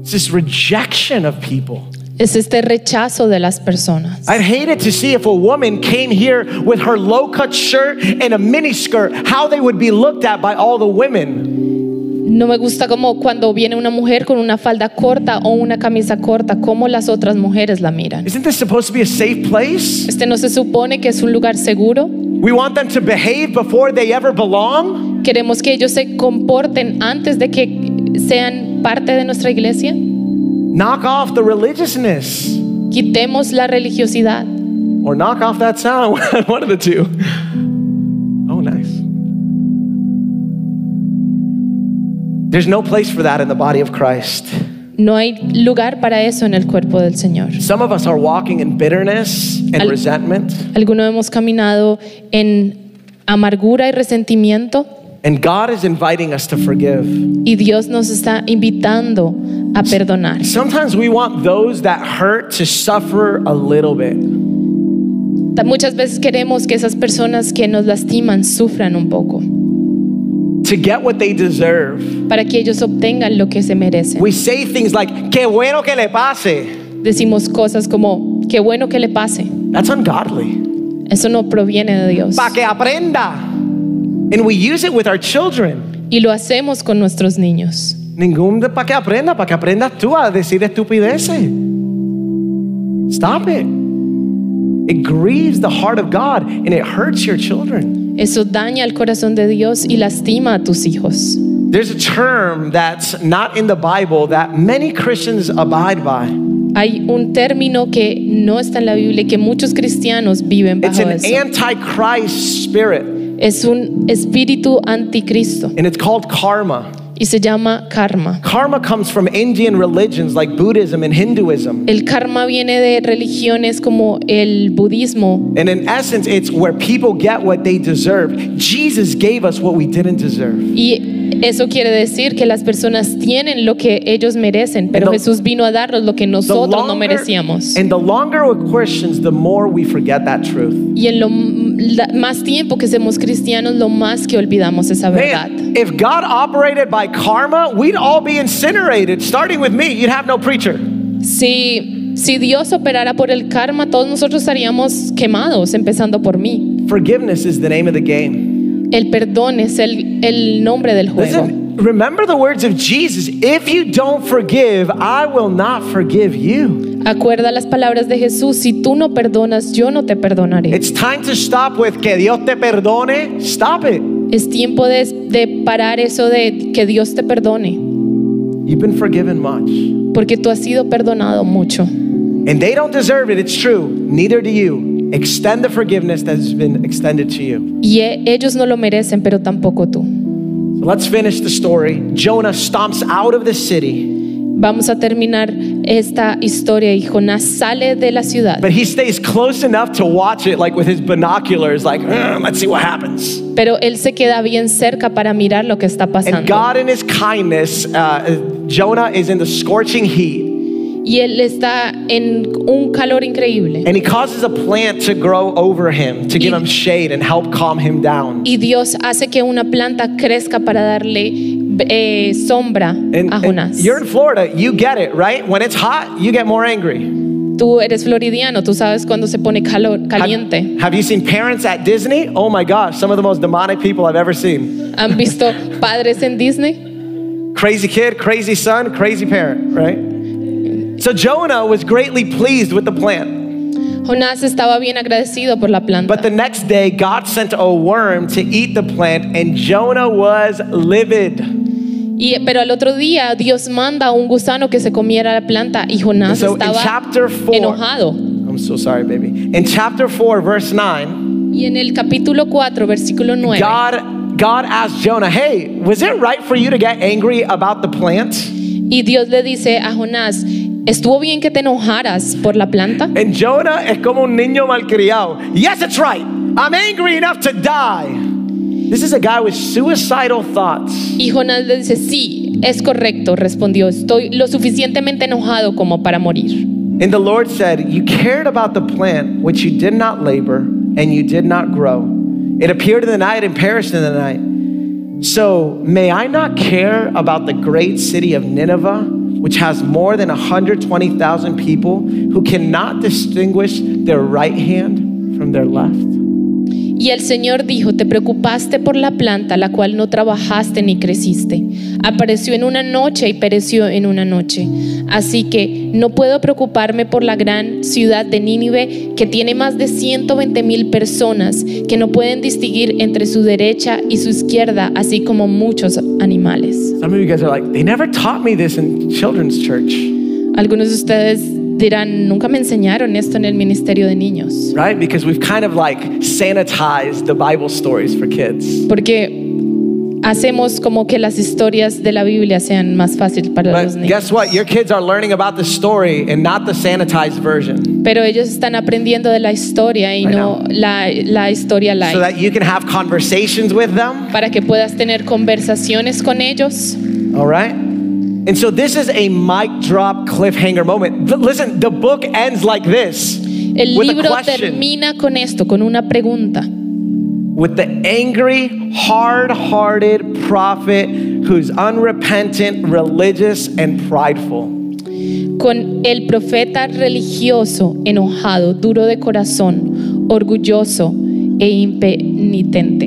[SPEAKER 1] It's this rejection of people.
[SPEAKER 2] Es este rechazo de las personas.
[SPEAKER 1] I'd hate it to see if a woman came here with her low cut shirt and a mini skirt, how they would be looked at by all the women.
[SPEAKER 2] No me gusta como cuando viene una mujer con una falda corta o una camisa corta, cómo las otras mujeres la miran.
[SPEAKER 1] Isn't this supposed to be a safe place?
[SPEAKER 2] Este no se supone que es un lugar seguro.
[SPEAKER 1] We want them to behave before they ever belong?
[SPEAKER 2] Queremos que ellos se comporten antes de que sean parte de nuestra iglesia.
[SPEAKER 1] Knock off the religiousness
[SPEAKER 2] Quitemos la religiosidad
[SPEAKER 1] or knock off that sound. One of the two. Oh, nice. There's no place for that in the body of Christ.
[SPEAKER 2] No hay lugar para eso en el cuerpo del Señor.
[SPEAKER 1] Some of us are walking in bitterness and
[SPEAKER 2] Al-
[SPEAKER 1] resentment,
[SPEAKER 2] Algunos hemos caminado en amargura y resentimiento
[SPEAKER 1] and God is inviting us to forgive.
[SPEAKER 2] y Dios nos está invitando a perdonar.
[SPEAKER 1] Sometimes we want those that hurt to suffer a little bit.
[SPEAKER 2] Ta- Muchas veces queremos que esas personas que nos lastiman sufran un poco
[SPEAKER 1] To get what they deserve,
[SPEAKER 2] para que ellos obtengan lo que se merecen.
[SPEAKER 1] we say things like, Que bueno que le pase.
[SPEAKER 2] Decimos cosas como, qué bueno que le pase.
[SPEAKER 1] That's ungodly.
[SPEAKER 2] Eso no proviene de Dios.
[SPEAKER 1] Pa que aprenda. And we use it with our children.
[SPEAKER 2] Y lo hacemos con nuestros niños.
[SPEAKER 1] Ningún para que aprenda, para que aprendas tú a decir estupideces. Stop it. It grieves the heart of God and it hurts your children.
[SPEAKER 2] Eso daña el corazón de Dios y lastima a tus hijos.
[SPEAKER 1] There's a term that's not in the Bible that many Christians abide by.
[SPEAKER 2] Hay un término que no está en la Biblia y que muchos cristianos viven
[SPEAKER 1] It's
[SPEAKER 2] bajo
[SPEAKER 1] an
[SPEAKER 2] eso.
[SPEAKER 1] antichrist spirit,
[SPEAKER 2] Es un espíritu anticristo
[SPEAKER 1] and it's called karma.
[SPEAKER 2] y se llama karma.
[SPEAKER 1] Karma comes from Indian religions like Buddhism and Hinduism.
[SPEAKER 2] El karma viene de religiones como el budismo
[SPEAKER 1] And in essence, it's where people get what they deserve. Jesus gave us what we didn't deserve.
[SPEAKER 2] y eso quiere decir que las personas tienen lo que ellos merecen,
[SPEAKER 1] And
[SPEAKER 2] pero
[SPEAKER 1] the-
[SPEAKER 2] Jesús vino a darnos lo que
[SPEAKER 1] The
[SPEAKER 2] nosotros no
[SPEAKER 1] longer-
[SPEAKER 2] merecíamos.
[SPEAKER 1] And the longer we're Christians, the more we forget that truth.
[SPEAKER 2] Y en lo m- la- más tiempo que somos cristianos, lo más que olvidamos esa verdad.
[SPEAKER 1] Man, if God operated by karma, we'd all be incinerated. Starting with me, you'd have no preacher.
[SPEAKER 2] Si, si Dios operara por el karma, todos nosotros estaríamos quemados, empezando por mí.
[SPEAKER 1] Forgiveness is the name of the game.
[SPEAKER 2] El perdón es el, el nombre del juego.
[SPEAKER 1] Listen, remember the words of Jesus if you don't forgive, I will not forgive you.
[SPEAKER 2] Acuerda las palabras de Jesús, si tú no perdonas, yo no te perdonaré.
[SPEAKER 1] It's time to stop with que Dios te perdone. Stop it.
[SPEAKER 2] Es tiempo de, de parar eso de que Dios te perdone,
[SPEAKER 1] You've been forgiven much.
[SPEAKER 2] porque tú has sido perdonado mucho.
[SPEAKER 1] And they don't deserve it. It's true. Neither do you. Extend the forgiveness that has been extended to you.
[SPEAKER 2] Y e- ellos no lo merecen, pero tampoco tú.
[SPEAKER 1] So let's finish the story. Jonah stomps out of the city,
[SPEAKER 2] Vamos a terminar esta historia y Jonás sale de la ciudad,
[SPEAKER 1] but he stays close enough to watch it, like with his binoculars, like, "Mm, let's see what happens.
[SPEAKER 2] pero él se queda bien cerca para mirar lo que está
[SPEAKER 1] And
[SPEAKER 2] pasando.
[SPEAKER 1] God, in his kindness, uh, Jonah is in the scorching heat,
[SPEAKER 2] Y él está en un calor increíble.
[SPEAKER 1] and he causes a plant to grow over him to give him shade and help calm him down.
[SPEAKER 2] Y Dios hace que una planta crezca para darle eh, sombra
[SPEAKER 1] And,
[SPEAKER 2] a
[SPEAKER 1] and
[SPEAKER 2] Jonás.
[SPEAKER 1] you're in Florida, you get it, right? When it's hot, you get more angry.
[SPEAKER 2] Tú eres floridiano, tú sabes cuando se pone calor,
[SPEAKER 1] Have,
[SPEAKER 2] caliente.
[SPEAKER 1] have you seen parents at Disney? Oh my gosh, some of the most demonic people I've ever seen.
[SPEAKER 2] ¿Han visto padres en Disney?
[SPEAKER 1] Crazy kid, crazy son, crazy parent, right? So Jonah was greatly pleased with the plant.
[SPEAKER 2] Jonás estaba bien agradecido por la planta.
[SPEAKER 1] But the next day, God sent a worm to eat the plant, and Jonah was livid.
[SPEAKER 2] Y- pero al otro día Dios manda a un gusano que se comiera la planta y Jonás
[SPEAKER 1] So in
[SPEAKER 2] estaba
[SPEAKER 1] chapter 4,
[SPEAKER 2] enojado.
[SPEAKER 1] I'm so sorry, baby. In chapter 4, verse 9,
[SPEAKER 2] Y en el capítulo 4, versículo 9,
[SPEAKER 1] God, God asked Jonah, hey, was it right for you to get angry about the plant?
[SPEAKER 2] y Dios le dice a Jonás, ¿estuvo bien que te enojaras por la planta?
[SPEAKER 1] And Jonah es como un niño malcriado. Yes, it's right. I'm angry enough to die. This is a guy with suicidal thoughts.
[SPEAKER 2] Y Jonás le dice, sí, es correcto, respondió, estoy lo suficientemente enojado como para morir.
[SPEAKER 1] And the Lord said, You cared about the plant which you did not labor and you did not grow. It appeared in the night and perished in the night. So may I not care about the great city of Nineveh, which has more than 120,000 people who cannot distinguish their right hand from their left?
[SPEAKER 2] Y el Señor dijo, te preocupaste por la planta, la cual no trabajaste ni creciste. Apareció en una noche y pereció en una noche. Así que no puedo preocuparme por la gran ciudad de Nínive, que tiene más de 120 mil personas, que no pueden distinguir entre su derecha y su izquierda, así como muchos animales.
[SPEAKER 1] Some of you guys are like, they never taught me this in children's church,
[SPEAKER 2] Algunos de ustedes dirán, nunca me enseñaron esto en el ministerio de niños,
[SPEAKER 1] right? Because we've kind of like sanitized the Bible stories for kids.
[SPEAKER 2] porque hacemos como que las historias de la Biblia sean más fácil para los
[SPEAKER 1] But
[SPEAKER 2] niños.
[SPEAKER 1] guess what? Your kids are learning about the story and not the sanitized version
[SPEAKER 2] Pero ellos están aprendiendo de la historia y
[SPEAKER 1] Right
[SPEAKER 2] no
[SPEAKER 1] now.
[SPEAKER 2] la, la historia live.
[SPEAKER 1] so that you can have conversations with them,
[SPEAKER 2] para que puedas tener conversaciones con ellos.
[SPEAKER 1] all right? And so this is a mic drop cliffhanger moment. Th- listen, the book ends like this
[SPEAKER 2] El
[SPEAKER 1] with a
[SPEAKER 2] libro
[SPEAKER 1] question,
[SPEAKER 2] termina con esto, con una pregunta.
[SPEAKER 1] with the angry, hard hearted prophet who's unrepentant, religious, and prideful.
[SPEAKER 2] Con el profeta religioso, enojado, duro de corazón, orgulloso e impenitente.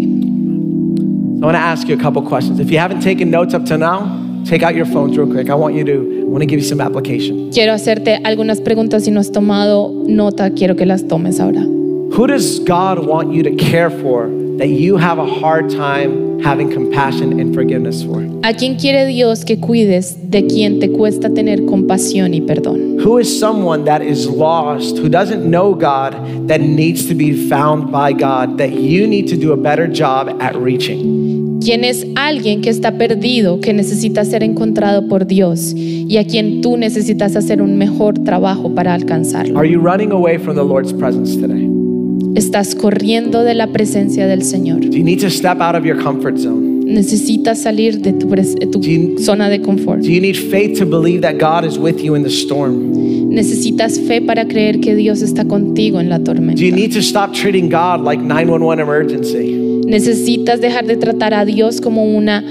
[SPEAKER 1] I want to ask you a couple questions. If you haven't taken notes up to now, take out your phones real quick. I want you to, I want to give you some application.
[SPEAKER 2] Quiero hacerte algunas preguntas. Si no has tomado nota, quiero que las tomes ahora.
[SPEAKER 1] Who does God want you to care for that you have a hard time having compassion and forgiveness for?
[SPEAKER 2] ¿A quién quiere Dios que cuides de quien te cuesta tener compasión y perdón?
[SPEAKER 1] Who is someone that is lost, who doesn't know God, that needs to be found by God, that you need to do a better job at reaching?
[SPEAKER 2] ¿Quién es alguien que está perdido, que necesita ser encontrado por Dios y a quien tú necesitas hacer un mejor trabajo para alcanzarlo?
[SPEAKER 1] Are you running away from the Lord's presence today?
[SPEAKER 2] Estás corriendo de la presencia del Señor.
[SPEAKER 1] Do you need to step out of your comfort zone?
[SPEAKER 2] Necesitas salir de tu, pres- de tu
[SPEAKER 1] Do you-
[SPEAKER 2] zona de confort.
[SPEAKER 1] Do you need faith to believe that God is with you in the storm?
[SPEAKER 2] Necesitas fe para creer que Dios está contigo en la tormenta.
[SPEAKER 1] Do you need to stop treating God like 911 emergency?
[SPEAKER 2] Necesitas dejar de tratar a Dios como una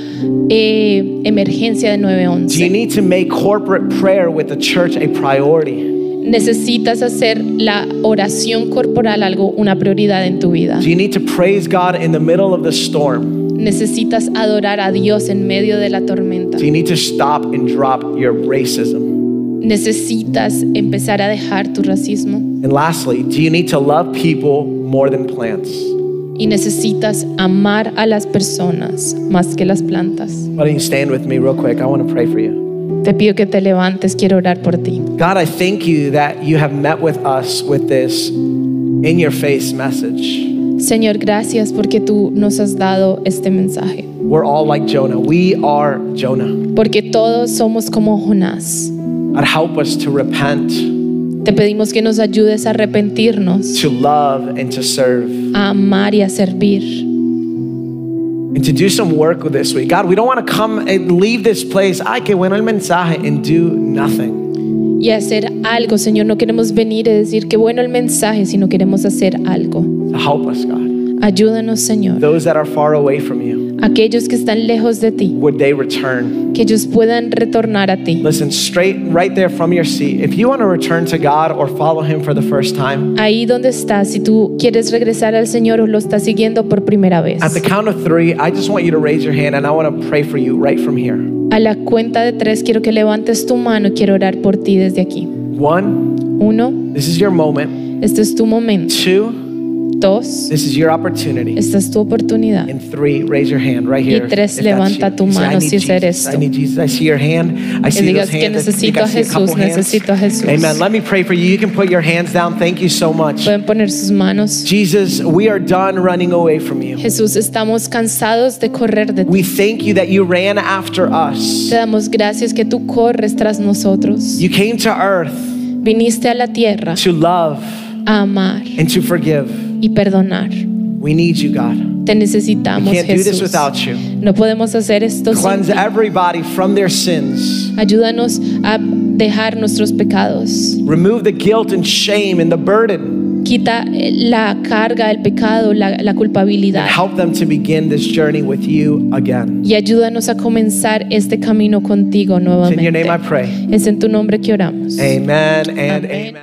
[SPEAKER 2] eh, emergencia de
[SPEAKER 1] Do you
[SPEAKER 2] 911.
[SPEAKER 1] need to make corporate prayer with the church a priority?
[SPEAKER 2] Necesitas hacer la oración corporal algo una prioridad en tu vida.
[SPEAKER 1] Do you need to praise God in the middle of the storm?
[SPEAKER 2] Necesitas adorar a Dios en medio de la tormenta.
[SPEAKER 1] Do you need to stop and drop your racism?
[SPEAKER 2] Necesitas empezar a dejar tu racismo
[SPEAKER 1] And lastly, do you need to love people more than plants?
[SPEAKER 2] y necesitas amar a las personas más que las plantas.
[SPEAKER 1] Why don't you stand with me real quick? I want to pray for you.
[SPEAKER 2] Te pido que te levantes, quiero orar por ti.
[SPEAKER 1] God, I thank you that you have met with us with this in your face message.
[SPEAKER 2] Señor, gracias porque tú nos has dado este mensaje.
[SPEAKER 1] We're all like Jonah. We are Jonah.
[SPEAKER 2] Porque todos somos como Jonás.
[SPEAKER 1] God, help us to repent,
[SPEAKER 2] Te pedimos que nos ayudes a arrepentirnos,
[SPEAKER 1] to love, and to serve, and
[SPEAKER 2] a amar y a servir.
[SPEAKER 1] to do some work with this week. God, we don't want to come and leave this place. Ay, que bueno el mensaje, and do nothing.
[SPEAKER 2] Y a hacer algo, Señor. No queremos venir y decir que bueno el mensaje, sino queremos hacer algo.
[SPEAKER 1] So help us, God.
[SPEAKER 2] Ayúdanos, Señor.
[SPEAKER 1] Those that are far away from you,
[SPEAKER 2] Aquellos que están lejos de ti,
[SPEAKER 1] would they return?
[SPEAKER 2] que ellos puedan retornar a ti.
[SPEAKER 1] Listen, straight right there from your seat. If you want to return to God or follow Him for the first time,
[SPEAKER 2] Ahí donde estás, si tú quieres regresar al Señor o lo estás siguiendo por primera vez.
[SPEAKER 1] At the count of three, I just want you to raise your hand and I want to pray for you right from here.
[SPEAKER 2] A la cuenta de tres quiero que levantes tu mano y quiero orar por ti desde aquí.
[SPEAKER 1] One,
[SPEAKER 2] Uno,
[SPEAKER 1] this is your moment.
[SPEAKER 2] este es tu momento.
[SPEAKER 1] Two,
[SPEAKER 2] Dos,
[SPEAKER 1] this is your opportunity.
[SPEAKER 2] Esta es tu oportunidad.
[SPEAKER 1] And three, raise your hand right here.
[SPEAKER 2] Y tres,
[SPEAKER 1] if that's
[SPEAKER 2] levanta
[SPEAKER 1] you.
[SPEAKER 2] tu
[SPEAKER 1] You say, I
[SPEAKER 2] mano
[SPEAKER 1] need
[SPEAKER 2] si ese
[SPEAKER 1] Jesus.
[SPEAKER 2] eres
[SPEAKER 1] I
[SPEAKER 2] tú."
[SPEAKER 1] need Jesus. I see your hand. I see
[SPEAKER 2] digas
[SPEAKER 1] those
[SPEAKER 2] que
[SPEAKER 1] hands. I think
[SPEAKER 2] necesito
[SPEAKER 1] I
[SPEAKER 2] a
[SPEAKER 1] see a couple
[SPEAKER 2] Jesús,
[SPEAKER 1] hands.
[SPEAKER 2] necesito a Jesús.
[SPEAKER 1] Amen. Let me pray for you. You can put your hands down. Thank you so much.
[SPEAKER 2] Pueden poner sus manos.
[SPEAKER 1] Jesus, we are done running away from you.
[SPEAKER 2] Jesús, estamos cansados de correr de ti.
[SPEAKER 1] We thank you that you ran after us.
[SPEAKER 2] Te damos gracias que tú corres tras nosotros.
[SPEAKER 1] You came to earth
[SPEAKER 2] Viniste a la tierra
[SPEAKER 1] to love
[SPEAKER 2] a amar
[SPEAKER 1] and to forgive.
[SPEAKER 2] y perdonar.
[SPEAKER 1] We need you, God.
[SPEAKER 2] Te necesitamos,
[SPEAKER 1] Can't do this
[SPEAKER 2] Jesús.
[SPEAKER 1] without you.
[SPEAKER 2] No podemos hacer esto sin
[SPEAKER 1] Cleanse
[SPEAKER 2] ti.
[SPEAKER 1] everybody from their sins.
[SPEAKER 2] Ayúdanos a dejar nuestros pecados.
[SPEAKER 1] Remove the guilt and shame and the burden.
[SPEAKER 2] Quita eh, la carga, el pecado, la, la culpabilidad.
[SPEAKER 1] Help them to begin this journey with you again.
[SPEAKER 2] Y ayúdanos a comenzar este camino contigo
[SPEAKER 1] It's in
[SPEAKER 2] nuevamente.
[SPEAKER 1] your name I pray.
[SPEAKER 2] Es en tu nombre que oramos.
[SPEAKER 1] Amen and
[SPEAKER 2] Amen.
[SPEAKER 1] amen.